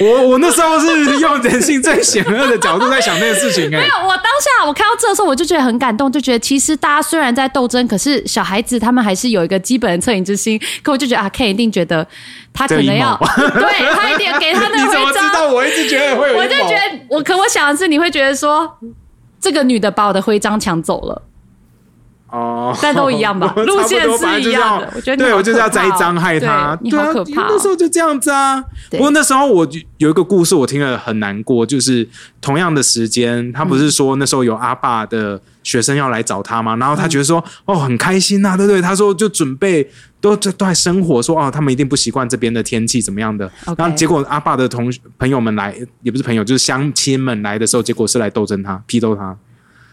Speaker 2: 我我那时候是用人性最险恶的角度在想这个事情、
Speaker 3: 没
Speaker 2: 哎
Speaker 3: 有，，我当下我看到这的时候，我就觉得很感动，就觉得其实大家虽然在斗争，可是小孩子他们还是有一个基本的恻隐之心。可我就觉得啊，Ken 一定觉得他可能要，
Speaker 2: 这
Speaker 3: 对他 一定给他那
Speaker 2: 你
Speaker 3: 个
Speaker 2: 怎么
Speaker 3: 徽
Speaker 2: 知
Speaker 3: 章，
Speaker 2: 道？我一直觉得会有阴谋，
Speaker 3: 我就觉得我可我想的是，你会觉得说。这个女的把我的徽章抢走了，
Speaker 2: 哦，
Speaker 3: 但都一样吧
Speaker 2: 我差不多
Speaker 3: 路线是
Speaker 2: 反正就
Speaker 3: 一
Speaker 2: 是
Speaker 3: 样
Speaker 2: 要
Speaker 3: 的我觉得你
Speaker 2: 对
Speaker 3: 好
Speaker 2: 我就是
Speaker 3: 可
Speaker 2: 要
Speaker 3: 怕
Speaker 2: 栽
Speaker 3: 哦
Speaker 2: 赃害
Speaker 3: 对
Speaker 2: 他，
Speaker 3: 你
Speaker 2: 对啊
Speaker 3: 好可怕哦
Speaker 2: 那时候就这样子啊。不
Speaker 3: 对
Speaker 2: 过那时候我就有一个故事，我听了很难过，就是同样的时间，他不是说那时候有阿爸的学生要来找他嘛，然后他觉
Speaker 3: 嗯
Speaker 2: 得说、哦很开心呐、对不对？他说就准备。都都都在生活，说哦，他们一定不习惯这边的天气怎么样的。
Speaker 3: OK
Speaker 2: 然后结果阿爸的同学朋友们来，也不是朋友，就是乡亲们来的时候，结果是来斗争他、批斗他。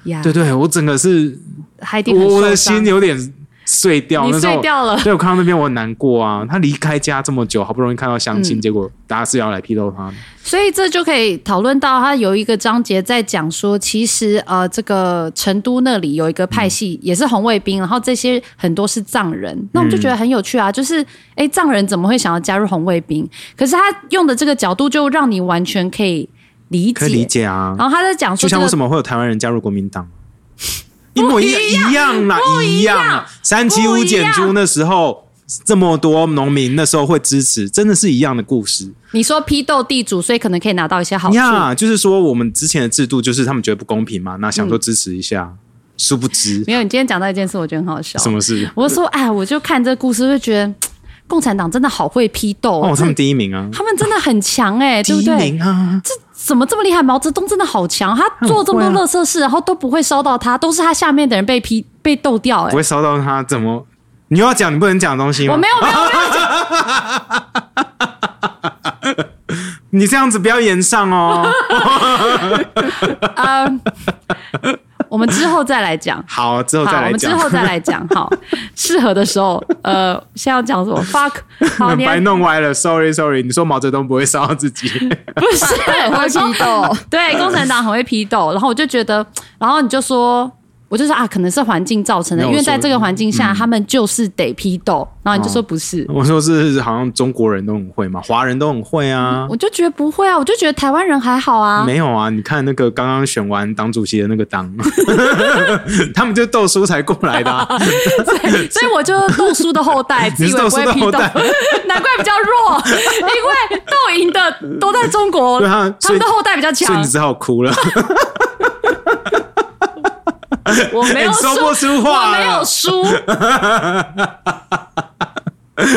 Speaker 3: 呀
Speaker 2: 对对，我整个是
Speaker 3: 还一定很
Speaker 2: 我我
Speaker 3: 受
Speaker 2: 的
Speaker 3: 伤
Speaker 2: 心有点碎掉，
Speaker 3: 你
Speaker 2: 那时候
Speaker 3: 碎掉了
Speaker 2: 对我看到那边我很难过啊，他离开家这么久，好不容易看到相亲，
Speaker 3: 嗯
Speaker 2: 结果大家是要来批斗他的，
Speaker 3: 所以这就可以讨论到，他有一个章节在讲说，其实呃，这个成都那里有一个派系、
Speaker 2: 嗯
Speaker 3: 也是红卫兵，然后这些很多是藏人，那我们就觉得很有趣啊，就是诶，藏人怎么会想要加入红卫兵？可是他用的这个角度，就让你完全可以理解。哦
Speaker 2: 可以理解啊。
Speaker 3: 然后他在讲
Speaker 2: 就
Speaker 3: 说、这
Speaker 2: 像
Speaker 3: 个，
Speaker 2: 为什么会有台湾人加入国民党，一模一样一样啦，一样啦。三七五减租那时候这么多农民，那时候会支持，真的是一样的故事。
Speaker 3: 你说批斗地主，所以可能可以拿到一些好处。
Speaker 2: 呀就是说我们之前的制度就是他们觉得不公平
Speaker 3: 嗯
Speaker 2: 嘛，那想说支持一下，殊不知
Speaker 3: 没有，你今天讲到一件事，我觉得很好笑。
Speaker 2: 什么事
Speaker 3: 我就说，哎，我就看这故事，就觉得嗯共产党真的好会批斗、
Speaker 2: 哦，他
Speaker 3: 真
Speaker 2: 们
Speaker 3: 的
Speaker 2: 第一名啊，
Speaker 3: 他们真的很强哎、对
Speaker 2: 第
Speaker 3: 不
Speaker 2: 一
Speaker 3: 对？
Speaker 2: 名啊，
Speaker 3: 怎么这么厉害？毛泽东真的好强，
Speaker 2: 嗯
Speaker 3: 他做这么多垃圾事，然后都不会烧到他，都是他下面的人 被批被斗掉、
Speaker 2: 不
Speaker 3: 欸。
Speaker 2: 会烧到他怎么？你又要讲你不能讲的东西吗？
Speaker 3: 我没有没有没 有，
Speaker 2: 你这样子不要言上哦。
Speaker 3: 我们之后再来讲。
Speaker 2: 好，之后
Speaker 3: 好
Speaker 2: 再，
Speaker 3: 我
Speaker 2: 来
Speaker 3: 们之
Speaker 2: 讲。
Speaker 3: 后再来讲。好，适合的时候，呃，现在要讲什么？fuck，好， 哦
Speaker 2: 很
Speaker 3: 你
Speaker 2: 白弄歪了，sorry sorry。你说毛泽东不会烧到自己，
Speaker 3: 不是我
Speaker 5: 会批
Speaker 3: 说
Speaker 5: 斗，
Speaker 3: 对，共产党很会批斗，然后我就觉得，然后你就说，我就说啊，可能是环境造成的，
Speaker 2: 没有嗯
Speaker 3: 因为在
Speaker 2: 说
Speaker 3: 这个环境下，他们就是得批斗，然后你就
Speaker 2: 哦
Speaker 3: 说不是，
Speaker 2: 我说是好像中国人都很会嘛，华人都很会啊。
Speaker 3: 我就觉得不会啊，我就觉得台湾人还好啊，
Speaker 2: 没有啊，你看那个刚刚选完党主席的那个党， 他们就斗输才过来的、 啊。
Speaker 3: 所以我就斗输的后代，自以为不会批
Speaker 2: 你是斗
Speaker 3: 斗
Speaker 2: 输的后代，
Speaker 3: 难怪比较 弱，因为斗赢的都在中国，
Speaker 2: 对啊
Speaker 3: 他们的
Speaker 2: 所以
Speaker 3: 后代比较
Speaker 2: 所以
Speaker 3: 强
Speaker 2: 你。只好哭了。
Speaker 3: 我没有
Speaker 2: 哎你 说不出
Speaker 3: 我
Speaker 2: 话了
Speaker 3: 没有 输，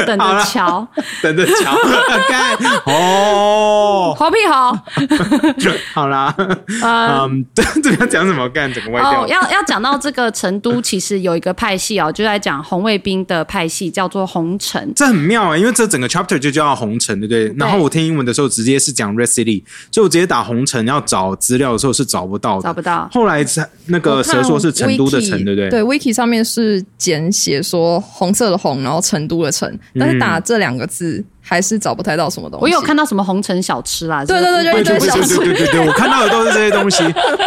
Speaker 3: 等着瞧，
Speaker 2: 等着 瞧， 看哦，
Speaker 3: 好屁好。
Speaker 2: 好啦，嗯， 这这边要讲什么？干整个歪
Speaker 3: 哦，。
Speaker 2: 掉
Speaker 3: 呃要要讲到这个成都，其实有一个派系哦，就在讲红卫兵的派系，叫做红城。
Speaker 2: 这很妙啊、因为这整个 chapter 就叫红城，对不对？然后我听英文的时候直接是讲 Red City，所以我直接打红城要找资料的时候是找不到的，
Speaker 3: 找不到
Speaker 2: 后来才那个
Speaker 5: 我看
Speaker 2: 蛇说是成都的城，
Speaker 5: Wiki-
Speaker 2: 对不对？
Speaker 5: 对，Wiki 上面是简写说红色的红，然后成都的成，但是打这两个字还是找不太到什么东西。
Speaker 3: 我有看到什么红城小吃啦，
Speaker 5: 对对对
Speaker 3: 是不是
Speaker 2: 对
Speaker 5: 对对
Speaker 2: 对
Speaker 5: 小
Speaker 2: 对
Speaker 5: 吃
Speaker 2: 对对对，我看到的都是这些 东西，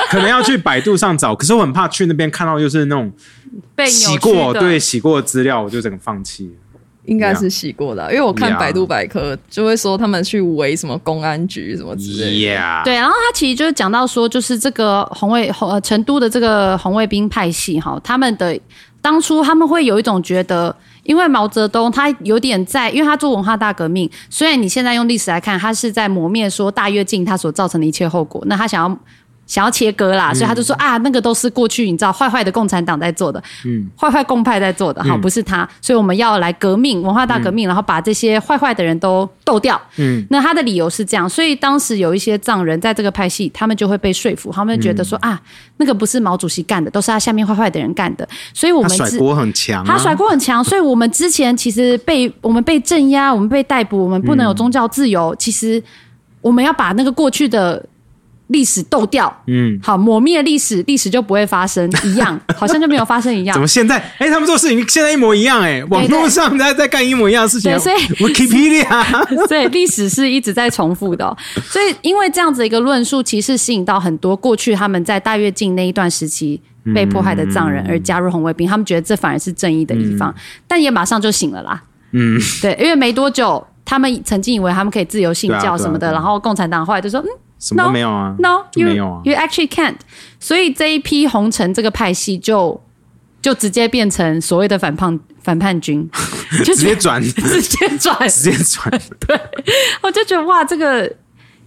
Speaker 2: 可能要去百度上找。可是我很怕去那边看到就是那种
Speaker 3: 被扭
Speaker 2: 洗
Speaker 3: 曲
Speaker 2: 过
Speaker 3: 的
Speaker 2: 对洗过的资料，我就整个放弃。
Speaker 5: 应该是洗过的啊，因为我看
Speaker 2: Yeah
Speaker 5: 百度百科就会说他们去围什么公安局什么之类的。
Speaker 2: Yeah，
Speaker 3: 对，然后他其实就是讲到说，就是这个红卫红呃成都的这个红卫兵派系哈，他们的当初他们会有一种觉得，因为毛泽东他有点在，因为他做文化大革命，虽然你现在用历史来看，他是在磨灭说大跃进它所造成的一切后果，那他想要。想要切割
Speaker 2: 嗯
Speaker 3: 啦，所以他就说、啊，那个都是过去你知道坏坏的共产党在做的，嗯，坏坏共派在做的，好，
Speaker 2: 嗯
Speaker 3: 不是他，所以我们要来革命，文化大革命，然后把这些坏坏的人都斗掉，
Speaker 2: 嗯，
Speaker 3: 那他的理由是这样，所以当时有一些藏人在这个派系，他们就会被说服，他们觉得
Speaker 2: 嗯
Speaker 3: 说、啊，那个不是毛主席干的，都是他下面坏坏的人干的，所以我
Speaker 2: 他
Speaker 3: 们
Speaker 2: 甩
Speaker 3: 之
Speaker 2: 锅很强、啊，
Speaker 3: 他甩锅很 强，所以我们之前其实被我们被镇压，我们被逮捕，我们不能有宗教自
Speaker 2: 嗯
Speaker 3: 由。其实我们要把那个过去的历史斗掉，
Speaker 2: 嗯，
Speaker 3: 好抹灭历史，历史就不会发生一 样，好像就没有发生一样
Speaker 2: 怎么。现在？哎、他们做事情现在一模一样、哎，网络上大家在干一模一样的事情、
Speaker 3: 对
Speaker 2: 啊。
Speaker 3: 所以
Speaker 2: Wikipedia
Speaker 3: 所以历史是一直在重复的哦、所以因为这样子一个论述，其实吸引到很多过去他们在大跃进那一段时期被迫害的藏
Speaker 2: 嗯
Speaker 3: 人，而加入红卫兵，他们觉得这反而是正义的一方，但也马上就醒了啦。
Speaker 2: 嗯，
Speaker 3: 对，因为没多久。他们曾经以为他们可以自由信
Speaker 2: 对啊
Speaker 3: 教
Speaker 2: 对啊
Speaker 3: 什么的，
Speaker 2: 对啊
Speaker 3: 然后共产党后来就说，嗯
Speaker 2: 什么都没有啊
Speaker 3: ，no，
Speaker 2: 就
Speaker 3: you
Speaker 2: 没有啊。
Speaker 3: you actually can't。所以这一批红城这个派系就就直接变成所谓的反叛反叛军， 就
Speaker 2: 直接转，直
Speaker 3: 直接转
Speaker 2: 接转，
Speaker 3: 我就觉得哇，这个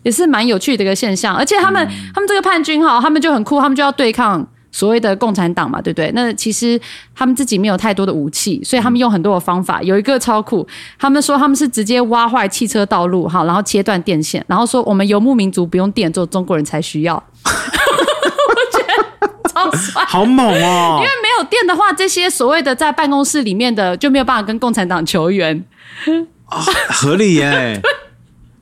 Speaker 3: 也是蛮有趣的一个现象。而且他
Speaker 2: 嗯
Speaker 3: 们、他们这个叛军哈，他们就很酷，他们就要对抗所谓的共产党嘛，对不对？那其实他们自己没有太多的武器，所以
Speaker 2: 嗯
Speaker 3: 他们用很多的方法。有一个超酷，他们说他们是直接挖坏汽车道路哈，然后切断电线，然后说我们游牧民族不用电，只有中国人才需要。我觉得超帅。
Speaker 2: 好猛哦！
Speaker 3: 因为没有电的话，这些所谓的在办公室里面的就没有办法跟共产党求援，
Speaker 2: 合理耶、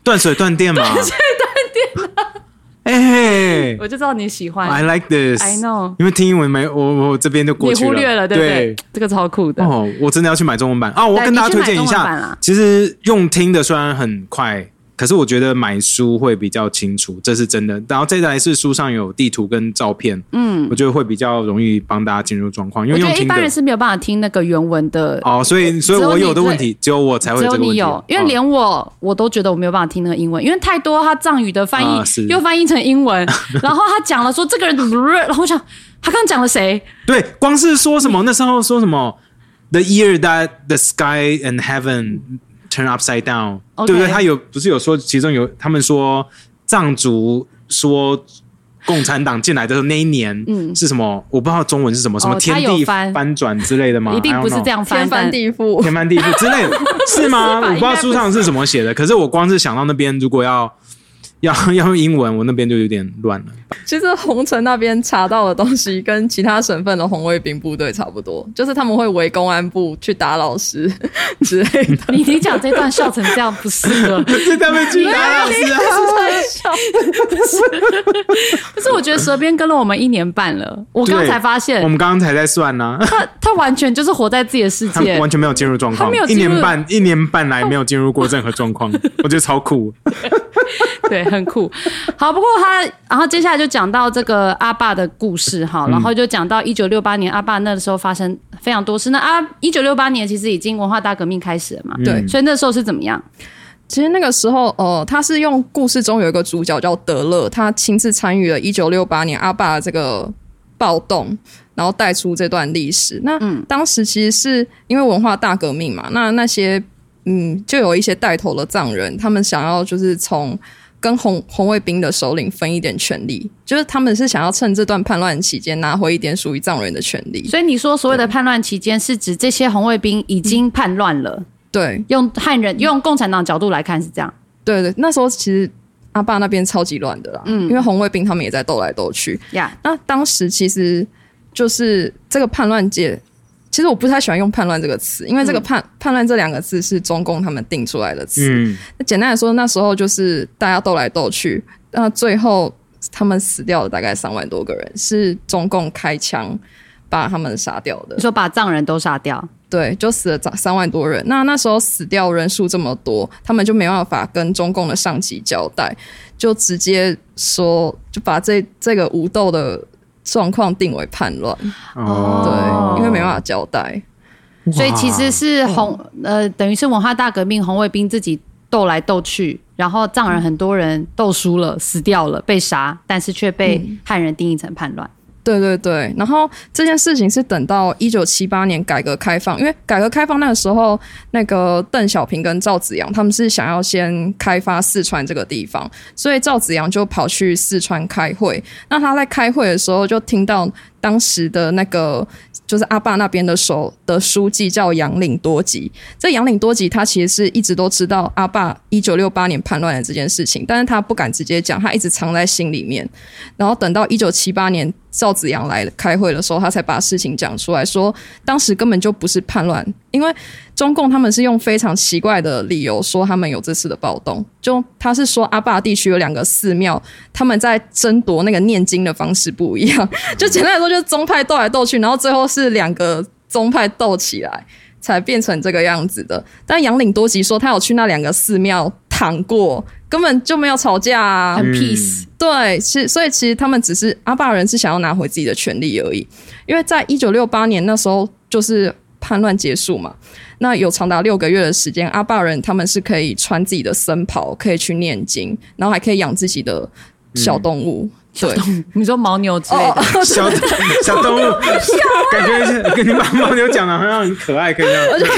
Speaker 2: 断水断电嘛，断水断电、哎、
Speaker 3: 我就知道你喜欢。
Speaker 2: i like this。
Speaker 3: I know
Speaker 2: 因为听英文没我我我这边就过
Speaker 3: 你
Speaker 2: 去
Speaker 3: 忽略了，对不对？这个超酷的。
Speaker 2: 哦，我真的要去买中文版啊！我
Speaker 3: 对
Speaker 2: 跟
Speaker 3: 你
Speaker 2: 大家
Speaker 3: 去
Speaker 2: 推
Speaker 3: 买
Speaker 2: 荐一
Speaker 3: 中文版
Speaker 2: 下
Speaker 3: 啦，
Speaker 2: 其实用听的虽然很快，可是我觉得买书会比较清楚，这是真的。然后再来是书上有地图跟照片，嗯，我觉得会比较容易帮大家进入状况，因
Speaker 3: 我
Speaker 2: 为
Speaker 3: 觉得
Speaker 2: 用
Speaker 3: 一
Speaker 2: 听
Speaker 3: 般人
Speaker 2: 的
Speaker 3: 是没有办法听那个原文的，
Speaker 2: 哦，所以所以
Speaker 3: 只有
Speaker 2: 我
Speaker 3: 你
Speaker 2: 有的
Speaker 3: 最
Speaker 2: 问题只有我才会
Speaker 3: 只
Speaker 2: 有
Speaker 3: 有
Speaker 2: 这个问
Speaker 3: 你
Speaker 2: 题，
Speaker 3: 有，因为
Speaker 2: 哦
Speaker 3: 连我我都觉得我没有办法听那个英文，因为太多他藏语的翻
Speaker 2: 啊是
Speaker 3: 译又翻译成英 文，然后他讲了说这个人怎么，然后我想他刚讲了谁？
Speaker 2: 对，光是说什么那时候说什么，the year that the sky and heaven turn upside down，、
Speaker 3: OK
Speaker 2: 对不对？他有不是有说，其中有他们说藏族说。共产党进来的时候那一年，是什么？我不知道中文是什么，什
Speaker 3: 嗯
Speaker 2: 么
Speaker 3: 哦
Speaker 2: 天
Speaker 3: 他有
Speaker 2: 地
Speaker 3: 翻
Speaker 2: 翻转之类的 吗？
Speaker 3: 一定不是
Speaker 2: I don't know
Speaker 3: 这样翻
Speaker 5: 天翻
Speaker 3: 但
Speaker 5: 地覆。
Speaker 2: 天翻地覆之 类的，是吗？
Speaker 3: 不是吧
Speaker 2: 我不知道
Speaker 3: 应该不
Speaker 2: 书上是怎么写的，可是我光是想到那边，如果要要要用英文，我那边就有点乱了。
Speaker 5: 其实红城那边查到的东西跟其他省份的红卫兵部队差不多，就是他们会围公安部去打老师之类的。
Speaker 3: 你你讲这段笑成这样不适 合。
Speaker 2: 是他们去打老师啊？
Speaker 3: 可是我觉得蛇鞭跟了我们一年半了，我刚
Speaker 2: 对
Speaker 3: 才发
Speaker 2: 我
Speaker 3: 现
Speaker 2: 们刚刚才在算呢、
Speaker 3: 他他完全就是活在自己的世
Speaker 2: 他
Speaker 3: 界，
Speaker 2: 完全没有进入状
Speaker 3: 他
Speaker 2: 况
Speaker 3: 没有，
Speaker 2: 一
Speaker 3: 进入
Speaker 2: 年半一年半来没有进入过任何状况，我觉得超酷。
Speaker 3: 对，很酷。好，不过他，然后接下来就讲到这个阿爸的故事哈，然后就讲到一九六八年阿爸那时候发生非常多事。那阿一九六八年其实已经文化大革命开始了嘛，
Speaker 5: 对
Speaker 3: 所以那时候是怎么样？
Speaker 5: 其实那个时候，呃，他是用故事中有一个主角叫德勒，他亲自参与了1968年阿爸的这个暴动，然后带出这段历史。那、当时其实是因为文化大革命嘛，那那些嗯，就有一些带头的藏人，他们想要就是从跟红红卫兵的首领分一点权利，就是他们是想要趁这段叛乱期间拿回一点属于藏人的权利。
Speaker 3: 所以你说所谓的叛乱期间，是指这些红卫兵已经叛乱了，
Speaker 5: 对
Speaker 3: 用汉人用共产党角度来看是这样。
Speaker 5: 对对，那时候其实阿爸那边超级乱的啦，因为红卫兵他们也在斗来斗去。
Speaker 3: 呀、
Speaker 5: 那当时其实就是这个叛乱界，其实我不太喜欢用“叛乱”这个词，因为这个叛、叛乱这两个字是中共他们定出来的词。
Speaker 2: 嗯，
Speaker 5: 那简单来说，那时候就是大家斗来斗去，那最后他们死掉了大概三万多个人，是中共开枪把他们杀掉的
Speaker 3: 你。说把藏人都杀掉，
Speaker 5: 对，就死了三三万多人。那那时候死掉人数这么多，他们就没办法跟中共的上级交代，就直接说就把这这个武斗的状况定为叛乱。
Speaker 2: 哦
Speaker 5: 对，，因为没办法交代。
Speaker 2: 哇
Speaker 3: 所以其实是红
Speaker 5: 嗯
Speaker 3: 呃，等于是文化大革命，红卫兵自己斗来斗去，然后藏人很多人斗输了，死掉了，被杀，但是却被
Speaker 5: 嗯
Speaker 3: 汉人定义成叛乱。
Speaker 5: 对对对，然后这件事情是等到一九七八年改革开放，因为改革开放那个时候，那个邓小平跟赵紫阳他们是想要先开发四川这个地方，所以赵紫阳就跑去四川开会。那他在开会的时候就听到当时的那个就是阿爸那边的首的书记叫杨岭多吉，这杨岭多吉他其实是一直都知道阿爸一九六八年叛乱的这件事情，但是他不敢直接讲，他一直藏在心里面。然后等到一九七八年赵紫阳来开会的时候，他才把事情讲出来说，当时根本就不是叛乱，因为中共他们是用非常奇怪的理由说他们有这次的暴动，就他是说阿坝地区有两个寺庙，他们在争夺那个念经的方式不一样，就简单来说就是宗派斗来斗去，然后最后是两个宗派斗起来。才变成这个样子的。但杨岭多吉说，他有去那两个寺庙躺过，根本就没有吵架
Speaker 2: 嗯
Speaker 5: 啊，
Speaker 3: 很 peace，、
Speaker 5: 对，其实所以其实他们只是阿爸人是想要拿回自己的权利而已，因为在一九六八年那时候就是叛乱结束嘛，那有长达六个月的时间，阿爸人他们是可以穿自己的僧袍，可以去念经，然后还可以养自己的小动物，对。
Speaker 3: 你说牦牛之类
Speaker 5: 哦
Speaker 3: 的，
Speaker 2: 小小动物，感觉是跟你把牦牛讲的啊好像很可爱，可以这
Speaker 5: 而
Speaker 2: 样。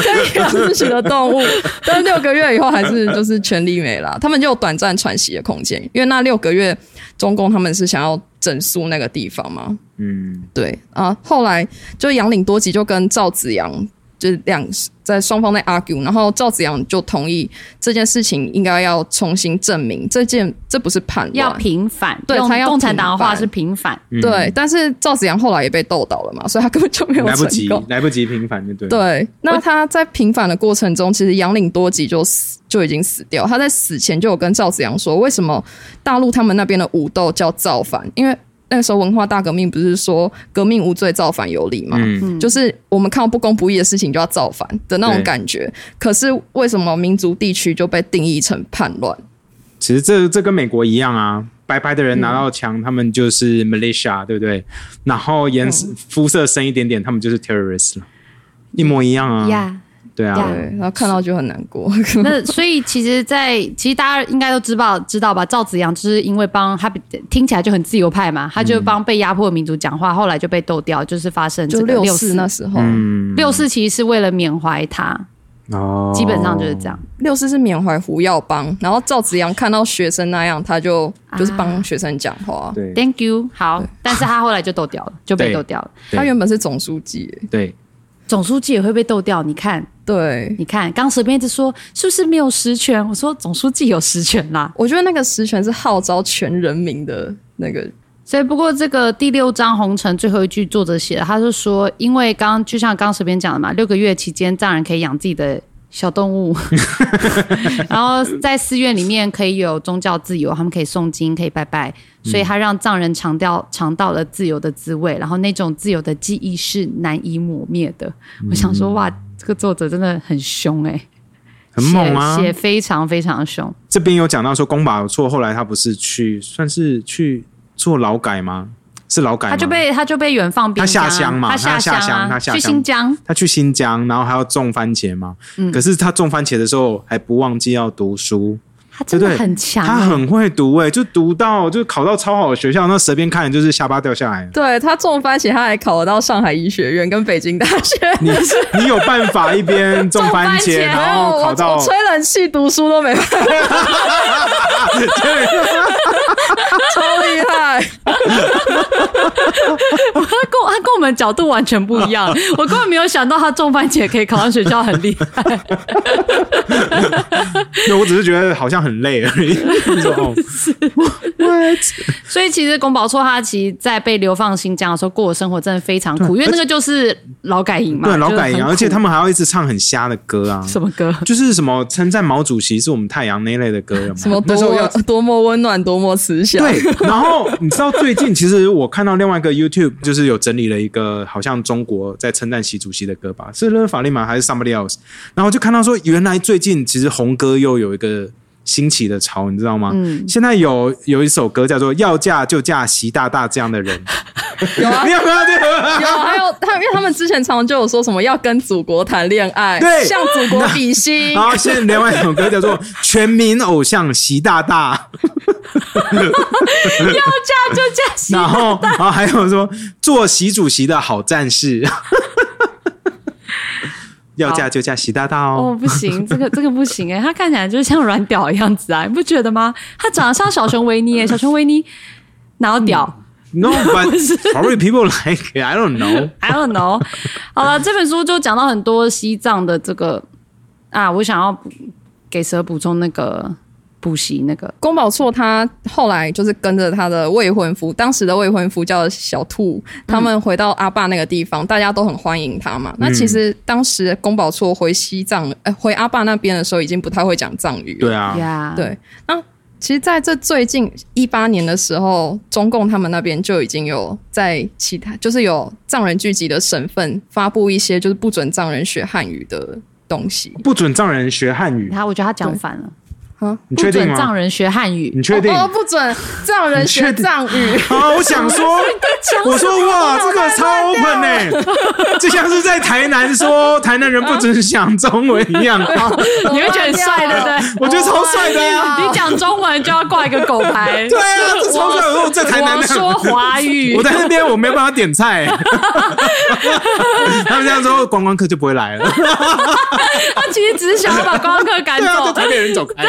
Speaker 5: 且可 以可以养自己的动物，但是六个月以后还是就是权力没了，他们就有短暂喘息的空间，因为那六个月中共他们是想要整肃那个地方嘛，
Speaker 2: 嗯，
Speaker 5: 对啊，后来就杨岭多吉就跟赵紫阳就是两在双方在 argue，然后赵子阳就同意这件事情应该要重新证明，这件这不是叛乱，
Speaker 3: 要平反，
Speaker 5: 对
Speaker 3: 用
Speaker 5: 他要
Speaker 3: 共产党的
Speaker 5: 平
Speaker 3: 话
Speaker 5: 反
Speaker 3: 是平反，
Speaker 2: 嗯
Speaker 5: 对，，但是赵子阳后来也被斗倒了嘛，所以他根本就没有
Speaker 2: 来不
Speaker 5: 成
Speaker 2: 及
Speaker 5: 功。，
Speaker 2: 来不及平反，就对。，
Speaker 5: 对，那他在平反的过程中，其实杨岭多吉就死就已经死掉。他在死前就有跟赵子阳说，为什么大陆他们那边的武斗叫造反？因为那时候文化大革命不是说革命无罪，造反有理嘛？
Speaker 2: 嗯，
Speaker 3: 嗯
Speaker 5: 就是我们看到不公不义的事情就要造反的那
Speaker 2: 对
Speaker 5: 种感觉。可是为什么民族地区就被定义成叛乱？
Speaker 2: 其实这这跟美国一样啊，白白
Speaker 3: 嗯
Speaker 2: 的人拿到枪，他们就是 militia，对不对？然后颜
Speaker 3: 嗯
Speaker 2: 色、肤色深一点点，他们就是 terrorist 了，一模一样
Speaker 5: 嗯
Speaker 2: 啊。
Speaker 3: 呀。
Speaker 2: 对啊
Speaker 3: Yeah
Speaker 5: 对，然后看到就很难过。
Speaker 3: 那所以其实在，其实大家应该都知道知道吧？赵紫阳就是因为帮他听起来就很自由派
Speaker 5: 嗯
Speaker 3: 嘛，他就帮被压迫的民族讲话，后来就被斗掉，就是发生这
Speaker 5: 就
Speaker 3: 个
Speaker 5: 六
Speaker 3: 四
Speaker 5: 四那时候，
Speaker 2: 嗯，
Speaker 3: 六四其实是为了缅怀他，
Speaker 2: 哦，
Speaker 3: 基本上就是这样。
Speaker 5: 六四是缅怀胡耀邦，然后赵子阳看到学生那样，他就就是帮学生讲话。
Speaker 2: 对。
Speaker 3: Thank you，好，但是他后来就斗掉了，就被
Speaker 2: 对
Speaker 3: 斗掉了。
Speaker 2: 对
Speaker 5: 他原本是总书记耶，
Speaker 2: 对
Speaker 3: 总书记也会被斗掉，你看，
Speaker 5: 对，
Speaker 3: 你看，刚随便一直说是不是没有实权？我说总书记有实权啦。
Speaker 5: 我觉得那个实权是号召全人民的那个，。
Speaker 3: 所以，不过这个第六章《红尘》最后一句，作者写的，他就说，因为刚就像刚随便讲的嘛，六个月期间，藏人可以养自己的小动 物，然后在寺院里面可以有宗教自由，他们可以诵经，可以拜拜，所以他让藏人尝到尝到了自由的滋味，然后那种自由的记忆是难以磨灭的。我想说，哇，这个作者真的很凶哎、
Speaker 2: 很猛啊
Speaker 3: 写！写非常非常凶。
Speaker 2: 这边有讲到说，公保错后来他不是去算是去做劳改吗？是劳改吗，
Speaker 3: 他就被他就被远放兵、啊，
Speaker 2: 他下乡嘛
Speaker 3: 他
Speaker 2: 他下
Speaker 3: 乡啊，
Speaker 2: 乡他下
Speaker 3: 去
Speaker 2: 乡
Speaker 3: 新疆，
Speaker 2: 他去新疆，然后还要种番茄嘛。
Speaker 3: 嗯
Speaker 2: 可是他种番茄的时候还不忘记要读书，
Speaker 3: 他真的
Speaker 2: 对不对
Speaker 3: 很强、
Speaker 2: 他
Speaker 3: 欸，
Speaker 2: 很会读诶、就读到就考到超好的学校，那随便看就是下巴掉下来
Speaker 5: 对他种番茄，他还考得到上海医学院跟北京大学。
Speaker 2: 你你有办法一边种番茄，
Speaker 5: 没有
Speaker 2: 然后
Speaker 5: 我
Speaker 2: 考到
Speaker 5: 哎我吹冷气读书都没办 法，超厉害。
Speaker 3: 他 跟我他跟我们角度完全不一 样，我根本没有想到他种番茄可以考上学校，很厉害。
Speaker 2: 那我只是觉得好像很累而已。你说哦，
Speaker 3: 所以其实宫保错他其实在被流放新疆的时候，过的生活真的非常苦，因为那个就是劳改营嘛，
Speaker 2: 对，劳
Speaker 3: 就是
Speaker 2: 改
Speaker 3: 很
Speaker 2: 营啊，
Speaker 3: 苦
Speaker 2: 而且他们还要一直唱很瞎的歌啊，
Speaker 3: 什么 歌？
Speaker 2: 就是什么称赞毛主席是我们太阳那一类的歌了嘛。
Speaker 5: 什么
Speaker 2: 那
Speaker 5: 多
Speaker 2: 时候要
Speaker 5: 么多么温暖，多么慈祥。
Speaker 2: 对，然后你知道最近其实我看到另外一个 YouTube 就是有整理了一个好像中国在称赞习主席的歌吧，是勒法利吗还是 somebody else？然后就看到说原来最近其实红歌又有一个兴起的潮，你知道吗？
Speaker 3: 嗯
Speaker 2: 现在有有一首歌叫做《要嫁就嫁习大大这样的人》，
Speaker 5: 有啊
Speaker 2: 你有没有这个？
Speaker 5: 有，啊还有他，因为他们之前常常就有说什么要跟祖国谈恋爱，
Speaker 2: 对
Speaker 5: 向祖国比心
Speaker 2: 然。后现在另外一首歌叫做《全民偶像习大大》。
Speaker 3: 要嫁就嫁西
Speaker 2: 然后，然后还有说做习主席的好战士， 要嫁就嫁习大大
Speaker 3: 哦，
Speaker 2: 哦。
Speaker 3: 不行，这个这个不行哎、他看起来就是像软屌的样子啊，你不觉得吗？他长得像小熊维尼哎、小熊维尼哪有屌？
Speaker 2: No, but sorry, people like it, I don't know.
Speaker 3: I don't know。好了，这本书就讲到很多西藏的这个啊，我想要给蛇补充那个补习那个，
Speaker 5: 宫保错他后来就是跟着他的未婚夫，当时的未婚夫叫小兔，他们回到阿爸那个地方，大家都很欢迎他
Speaker 2: 嗯
Speaker 5: 嘛。那其实当时宫保错回西藏，呃，回阿爸那边的时候，已经不太会讲藏语了。
Speaker 2: 对啊，
Speaker 3: 呀、
Speaker 5: 对，那其实在这最近一八年的时候，中共他们那边就已经有在其他就是有藏人聚集的省份发布一些就是不准藏人学汉语的东西。
Speaker 2: 不准藏人学汉语
Speaker 3: 你，看，我觉得他讲反了，
Speaker 5: 啊，
Speaker 2: 你
Speaker 3: 不
Speaker 2: 确定
Speaker 3: 准
Speaker 2: 吗
Speaker 3: 藏？人学汉语，
Speaker 2: 你确定？
Speaker 5: 哦，不准藏人
Speaker 2: 你确
Speaker 5: 学
Speaker 2: 定
Speaker 5: 藏语。
Speaker 2: 啊，我想说，我说哇，这个超 open 呢、 就像是在台南说台南人不准讲中文一样，
Speaker 3: 你会觉得很帅，对不对？
Speaker 2: 我觉得超帅的啊！
Speaker 3: 你讲中文就要挂一个狗牌，
Speaker 2: 对啊，这超帅！我说我在台南
Speaker 3: 我
Speaker 2: 那样
Speaker 3: 说华语
Speaker 2: 我，在那边我没有办法点菜、 他们这样说观光客就不会来了，
Speaker 3: 他其实只是想要把观光客赶
Speaker 2: 对啊，
Speaker 3: 走
Speaker 2: 就。台北人走开。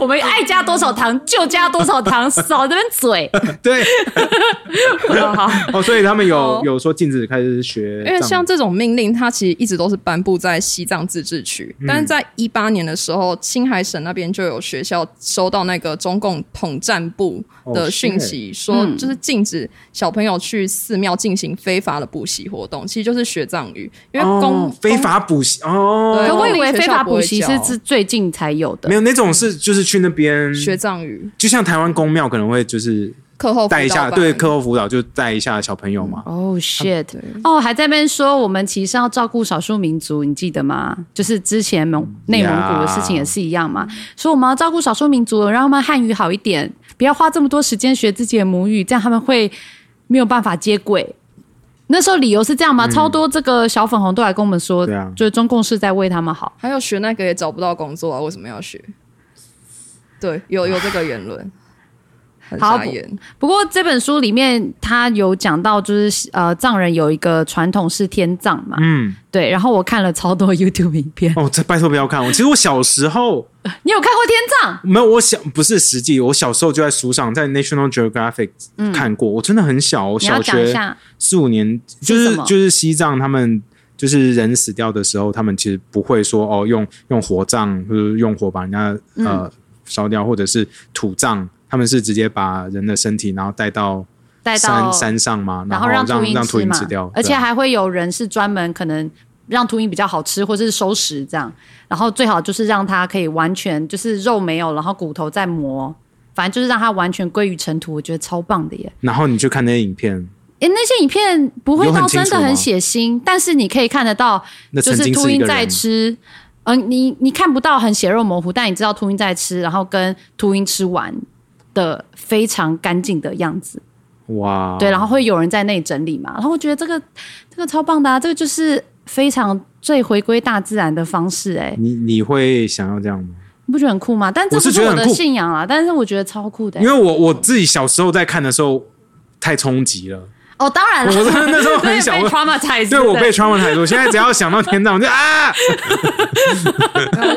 Speaker 3: 我们爱加多少糖就加多少糖，少在那边嘴。
Speaker 2: 对，
Speaker 3: 好，
Speaker 2: 哦，所以他们有
Speaker 5: 哦
Speaker 2: 有说禁止开始学藏
Speaker 5: 因
Speaker 2: 文，
Speaker 5: 为像这种命令，它其实一直都是颁布在西藏自治区，
Speaker 2: 嗯
Speaker 5: 但是在一八年的时候，青海省那边就有学校收到那个中共统战部
Speaker 2: 哦
Speaker 5: 的
Speaker 2: 是
Speaker 5: 讯息，说就是禁止小朋友去寺庙进行非法的补习活动，其实就是学藏语，因为公、
Speaker 2: 哦非法补习哦，
Speaker 5: 对
Speaker 3: 可我以为
Speaker 5: 公立
Speaker 3: 非
Speaker 5: 学校
Speaker 3: 法
Speaker 5: 不会
Speaker 3: 补习是
Speaker 5: 教
Speaker 3: 是最近才有的
Speaker 2: 没，有那种是就是去那边
Speaker 5: 公学藏语
Speaker 2: 就像台湾公庙可能会就是
Speaker 5: 课后辅导
Speaker 2: 带一下，
Speaker 5: 班
Speaker 2: 对课后辅导就带一下小朋友嘛。
Speaker 3: 哦、shit！
Speaker 5: 对
Speaker 3: 哦，还在那边说我们其实要照顾少数民族，你记得吗？就是之前蒙内蒙古的事情也是一样
Speaker 2: 嗯
Speaker 3: 嘛，说我们要照顾少数民族，让他们汉语好一点，不要花这么多时间学自己的母语，这样他们会没有办法接轨。那时候理由是这样嘛，超多这个小粉红都来跟我们说，
Speaker 2: 嗯对啊
Speaker 3: 就是中共是在为他们好。
Speaker 5: 还有学那个也找不到工作啊，为什么要学？对，有有这个言论，很
Speaker 3: 好
Speaker 5: 傻眼。
Speaker 3: 不过这本书里面，他有讲到，就是呃，藏人有一个传统是天葬嘛，
Speaker 2: 嗯，
Speaker 3: 对。然后我看了超多 YouTube 影片，
Speaker 2: 哦，这拜托不要看我。其实我小时候
Speaker 3: 你有看过天葬？
Speaker 2: 没有，我小不是实际，我小时候就在书上，在 National Geographic
Speaker 5: 嗯
Speaker 2: 看过。我真的很小，我
Speaker 3: 你要
Speaker 2: 小
Speaker 3: 讲一
Speaker 2: 学
Speaker 3: 下
Speaker 2: 四五年，就是是
Speaker 3: 什么
Speaker 2: 就是西藏他们。就是人死掉的时候，他们其实不会说哦，用用火葬，就是用火把人家
Speaker 3: 嗯
Speaker 2: 呃烧掉，或者是土葬，他们是直接把人的身体，然后带到
Speaker 3: 带到
Speaker 2: 山山上嘛，
Speaker 3: 然
Speaker 2: 后
Speaker 3: 让
Speaker 2: 让
Speaker 3: 秃鹰
Speaker 2: 让秃鹰
Speaker 3: 嘛
Speaker 2: 吃掉，
Speaker 3: 而且
Speaker 2: 对啊
Speaker 3: 还会有人是专门可能让秃鹰比较好吃，或者是收拾这样，然后最好就是让它可以完全就是肉没有，然后骨头再磨，反正就是让它完全归于尘土，我觉得超棒的耶。
Speaker 2: 然后你去看那些影片，
Speaker 3: 诶，那些影片不会
Speaker 2: 有很
Speaker 3: 到
Speaker 2: 清
Speaker 3: 真
Speaker 2: 楚
Speaker 3: 的很
Speaker 2: 吗
Speaker 3: 血腥，但是你可以看得到，
Speaker 2: 那
Speaker 3: 就
Speaker 2: 曾
Speaker 3: 是
Speaker 2: 经
Speaker 3: 秃
Speaker 2: 是一
Speaker 3: 鹰
Speaker 2: 个
Speaker 3: 在
Speaker 2: 人，
Speaker 3: 吃，嗯、你你看不到很血肉模糊，但你知道秃鹰在吃，然后跟秃鹰吃完的非常干净的样子。
Speaker 2: 哇，
Speaker 3: 对，然后会有人在那里整理嘛。然后我觉得这个这个超棒的、啊，这个就是非常最回归大自然的方式、哎，
Speaker 2: 你你会想要这样吗？
Speaker 3: 你不觉得很酷吗？但这
Speaker 2: 我
Speaker 3: 不
Speaker 2: 是
Speaker 3: 是
Speaker 2: 觉得
Speaker 3: 我
Speaker 2: 很
Speaker 3: 的
Speaker 2: 酷
Speaker 3: 信仰啊，但是我觉得超酷的、
Speaker 2: 因
Speaker 3: 哎
Speaker 2: 为我我自己小时候在看的时候太冲击了，
Speaker 3: 哦，当然
Speaker 2: 我
Speaker 3: 了，
Speaker 2: 真的那时候
Speaker 3: 我也
Speaker 2: 很小
Speaker 3: 被，traumatized，
Speaker 2: 对我被 t r a u m a t i z 我现在只要想到天葬，我就啊，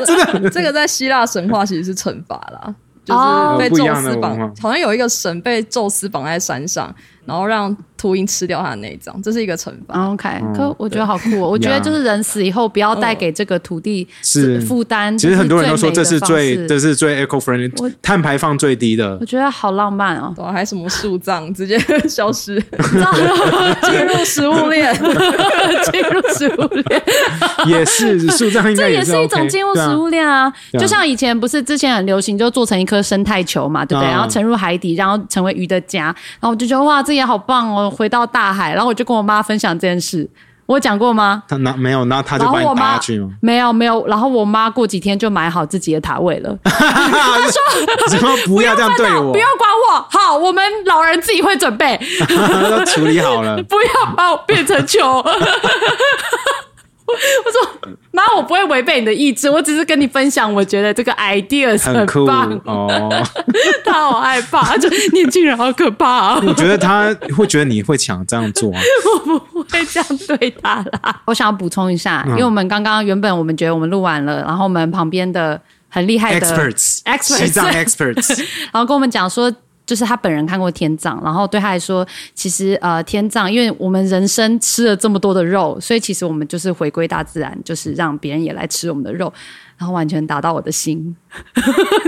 Speaker 5: 真 的，这个在希腊神话其实是惩罚啦，就是被宙
Speaker 2: 哦不
Speaker 5: 斯
Speaker 2: 一样的文
Speaker 5: 绑
Speaker 2: 化，
Speaker 5: 好像有一个神被宙斯绑在山上，然后让秃鹰吃掉他的内脏，这是一个惩罚。
Speaker 3: 嗯 OK，可我觉得好酷哦！我觉得
Speaker 2: 呀
Speaker 3: 就是人死以后，不要带给这个土地
Speaker 2: 是
Speaker 3: 负担。
Speaker 2: 其实很多人都说这
Speaker 3: 是
Speaker 2: 是
Speaker 3: 最美
Speaker 2: 最
Speaker 3: 的方
Speaker 2: 这
Speaker 3: 式
Speaker 2: 是最 eco
Speaker 3: 我
Speaker 2: friendly，碳排放最低的
Speaker 3: 我，觉得好浪漫哦！
Speaker 5: 对啊，还什么树葬直接 消失，
Speaker 3: 你知道
Speaker 5: 进入食物链。
Speaker 3: 进入食物链，
Speaker 2: 也是树葬 应
Speaker 3: 这
Speaker 2: 该
Speaker 3: 也
Speaker 2: 是
Speaker 3: 是一
Speaker 2: OK，
Speaker 3: 种进入
Speaker 2: 对啊
Speaker 3: 食物链啊。
Speaker 2: 对啊
Speaker 3: 就像以前不是之前很流行，就做成一颗生态球嘛，对不对？
Speaker 2: 嗯
Speaker 3: 然后沉入海底，然后成为鱼的家。然后我就觉得哇，这也好棒哦！回到大海，然后我就跟我妈分享这件事。我有讲过吗？
Speaker 2: 他那没有，那他就
Speaker 3: 然后
Speaker 2: 把你
Speaker 3: 我
Speaker 2: 打
Speaker 3: 妈
Speaker 2: 下去吗？
Speaker 3: 没有没有，然后我妈过几天就买好自己的塔位 了。
Speaker 2: 怎 么不要这样对我
Speaker 3: 不？要管 我，好，我们老人自己会准备，
Speaker 2: 都处理好了，
Speaker 3: 不要把我变成球。 我说妈，我不会违背你的意志，我只是跟你分享，我觉得这个 idea 是
Speaker 2: 很酷
Speaker 3: 棒。
Speaker 2: 哦。
Speaker 3: 他好害怕，就年轻人好可怕、哦，
Speaker 2: 我觉得他会觉得你会想这样做啊，
Speaker 3: 我不会这样对他啦。我想要补充一下，
Speaker 2: 嗯
Speaker 3: 因为我们刚刚原本我们觉得我们录完了，然后我们旁边的很厉 害的
Speaker 2: experts
Speaker 3: experts
Speaker 2: 西藏 experts，
Speaker 3: 然后跟我们讲说，就是他本人看过天葬，然后对他来说，其实呃天葬，因为我们人生吃了这么多的肉，所以其实我们就是回归大自然，就是让别人也来吃我们的肉，然后完全打到我的心，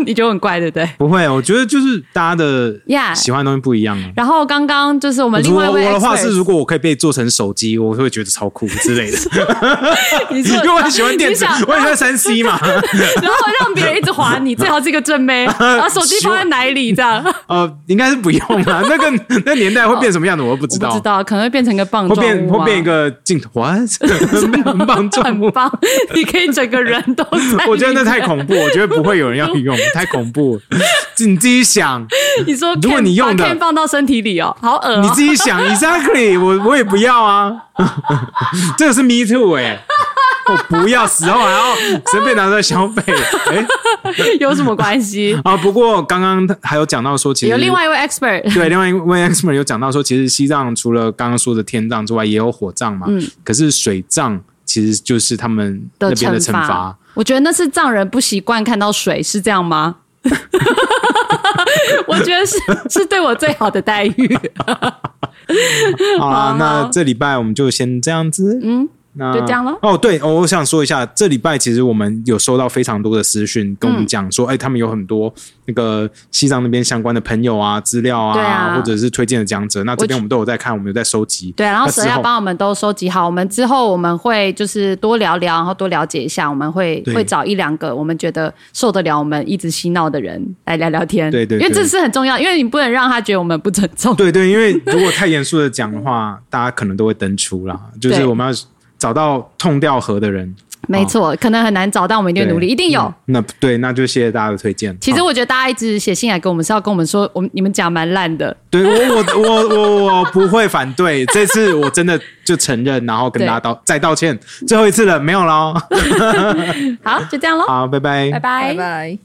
Speaker 3: 你觉得很怪对不对？
Speaker 2: 不会，我觉得就是大家的
Speaker 3: Yeah
Speaker 2: 喜欢的东西不一样啊。
Speaker 3: 然后刚刚就是我们另
Speaker 2: 如果
Speaker 3: 外一
Speaker 2: 我
Speaker 3: 位
Speaker 2: 的话
Speaker 3: expert
Speaker 2: 是，如果我可以被做成手机，我会觉得超酷 之类的，
Speaker 3: 你
Speaker 2: 因
Speaker 3: 说
Speaker 2: 为我很喜欢电子
Speaker 3: 你想，
Speaker 2: 我很喜欢三 C 嘛。
Speaker 3: 然后让别人一直划你，最好是一个正 妹，然后手机放在奶里这样，
Speaker 2: 呃，应该是不用 啦，那个那年代会变什么样子，我不知
Speaker 3: 我不
Speaker 2: 道
Speaker 3: 知，道可能会变成一个棒
Speaker 2: 会
Speaker 3: 状
Speaker 2: 变
Speaker 3: 物啊
Speaker 2: 会变一个镜头， 哇，很棒状
Speaker 3: 很
Speaker 2: 物。
Speaker 3: 棒，你可以整个人都在。
Speaker 2: 我觉得那太。恐怖，我觉得不会有人要用，太恐怖。你自己想，
Speaker 3: 你说 can,
Speaker 2: 如果你用的
Speaker 3: 把 can 放到身体里哦，好恶、
Speaker 2: 你
Speaker 3: 哦。
Speaker 2: 自己 想，exactly，我我也不要啊， 这个是 me too 哎、我不要，死后还要随便拿出来消费哎、
Speaker 3: 有什么关 系？
Speaker 2: 啊！不过刚刚还有讲到说，其实
Speaker 3: 有另外一位 expert，
Speaker 2: 对另外一位 expert 有讲到说，其实西藏除了刚刚说的天葬之外，也有火葬嘛，
Speaker 3: 嗯
Speaker 2: 可是水葬其实就是他们那边的惩罚。
Speaker 3: 我觉得那是藏人不习惯看到水，是这样吗？ 我觉得是是对我最好的待遇。
Speaker 2: 好
Speaker 3: 好
Speaker 2: 啊
Speaker 3: 好，
Speaker 2: 那这礼拜我们就先这样子。
Speaker 3: 嗯，
Speaker 2: 那
Speaker 3: 就这样咯
Speaker 2: 哦，对哦，我想说一下，这礼拜其实我们有收到非常多的私讯，跟我
Speaker 3: 嗯
Speaker 2: 们讲说，哎、他们有很多那个西藏那边相关的朋友啊、资料啊，
Speaker 3: 对啊
Speaker 2: 或者是推荐的讲者。那这
Speaker 3: 我觉
Speaker 2: 边我们都有在看，我们有在收集。
Speaker 3: 对，然后
Speaker 2: 那
Speaker 3: 蛇
Speaker 2: 之
Speaker 3: 要
Speaker 2: 后
Speaker 3: 帮我们都收集好，我们之后我们会就是多聊聊，然后多了解一下，我们会
Speaker 2: 对
Speaker 3: 会找一两个我们觉得受得了我们一直嬉闹的人来聊聊天，
Speaker 2: 对对
Speaker 3: 因为
Speaker 2: 对
Speaker 3: 这是很重要，因为你不能让他觉得我们不尊重，
Speaker 2: 对对，因为如果太严肃的讲的话，大家可能都会登出啦。就是
Speaker 3: 对
Speaker 2: 我们要找到痛掉河的人，
Speaker 3: 没错，可能很难找，但我们一定会
Speaker 2: 对
Speaker 3: 努力，一定有。
Speaker 2: 嗯那对，那就谢谢大家的推荐。啊
Speaker 3: 其实
Speaker 2: 好
Speaker 3: 我觉得大家一直写信来跟我们是要跟我们说，我们你们讲蛮烂的，
Speaker 2: 对我我我我我不会反对，这次我真的就承认，然后跟大家道 再道歉，最后一次了，没有了哦。
Speaker 3: 好，就这样喽，
Speaker 2: 好，拜拜，
Speaker 3: 拜
Speaker 5: 拜拜。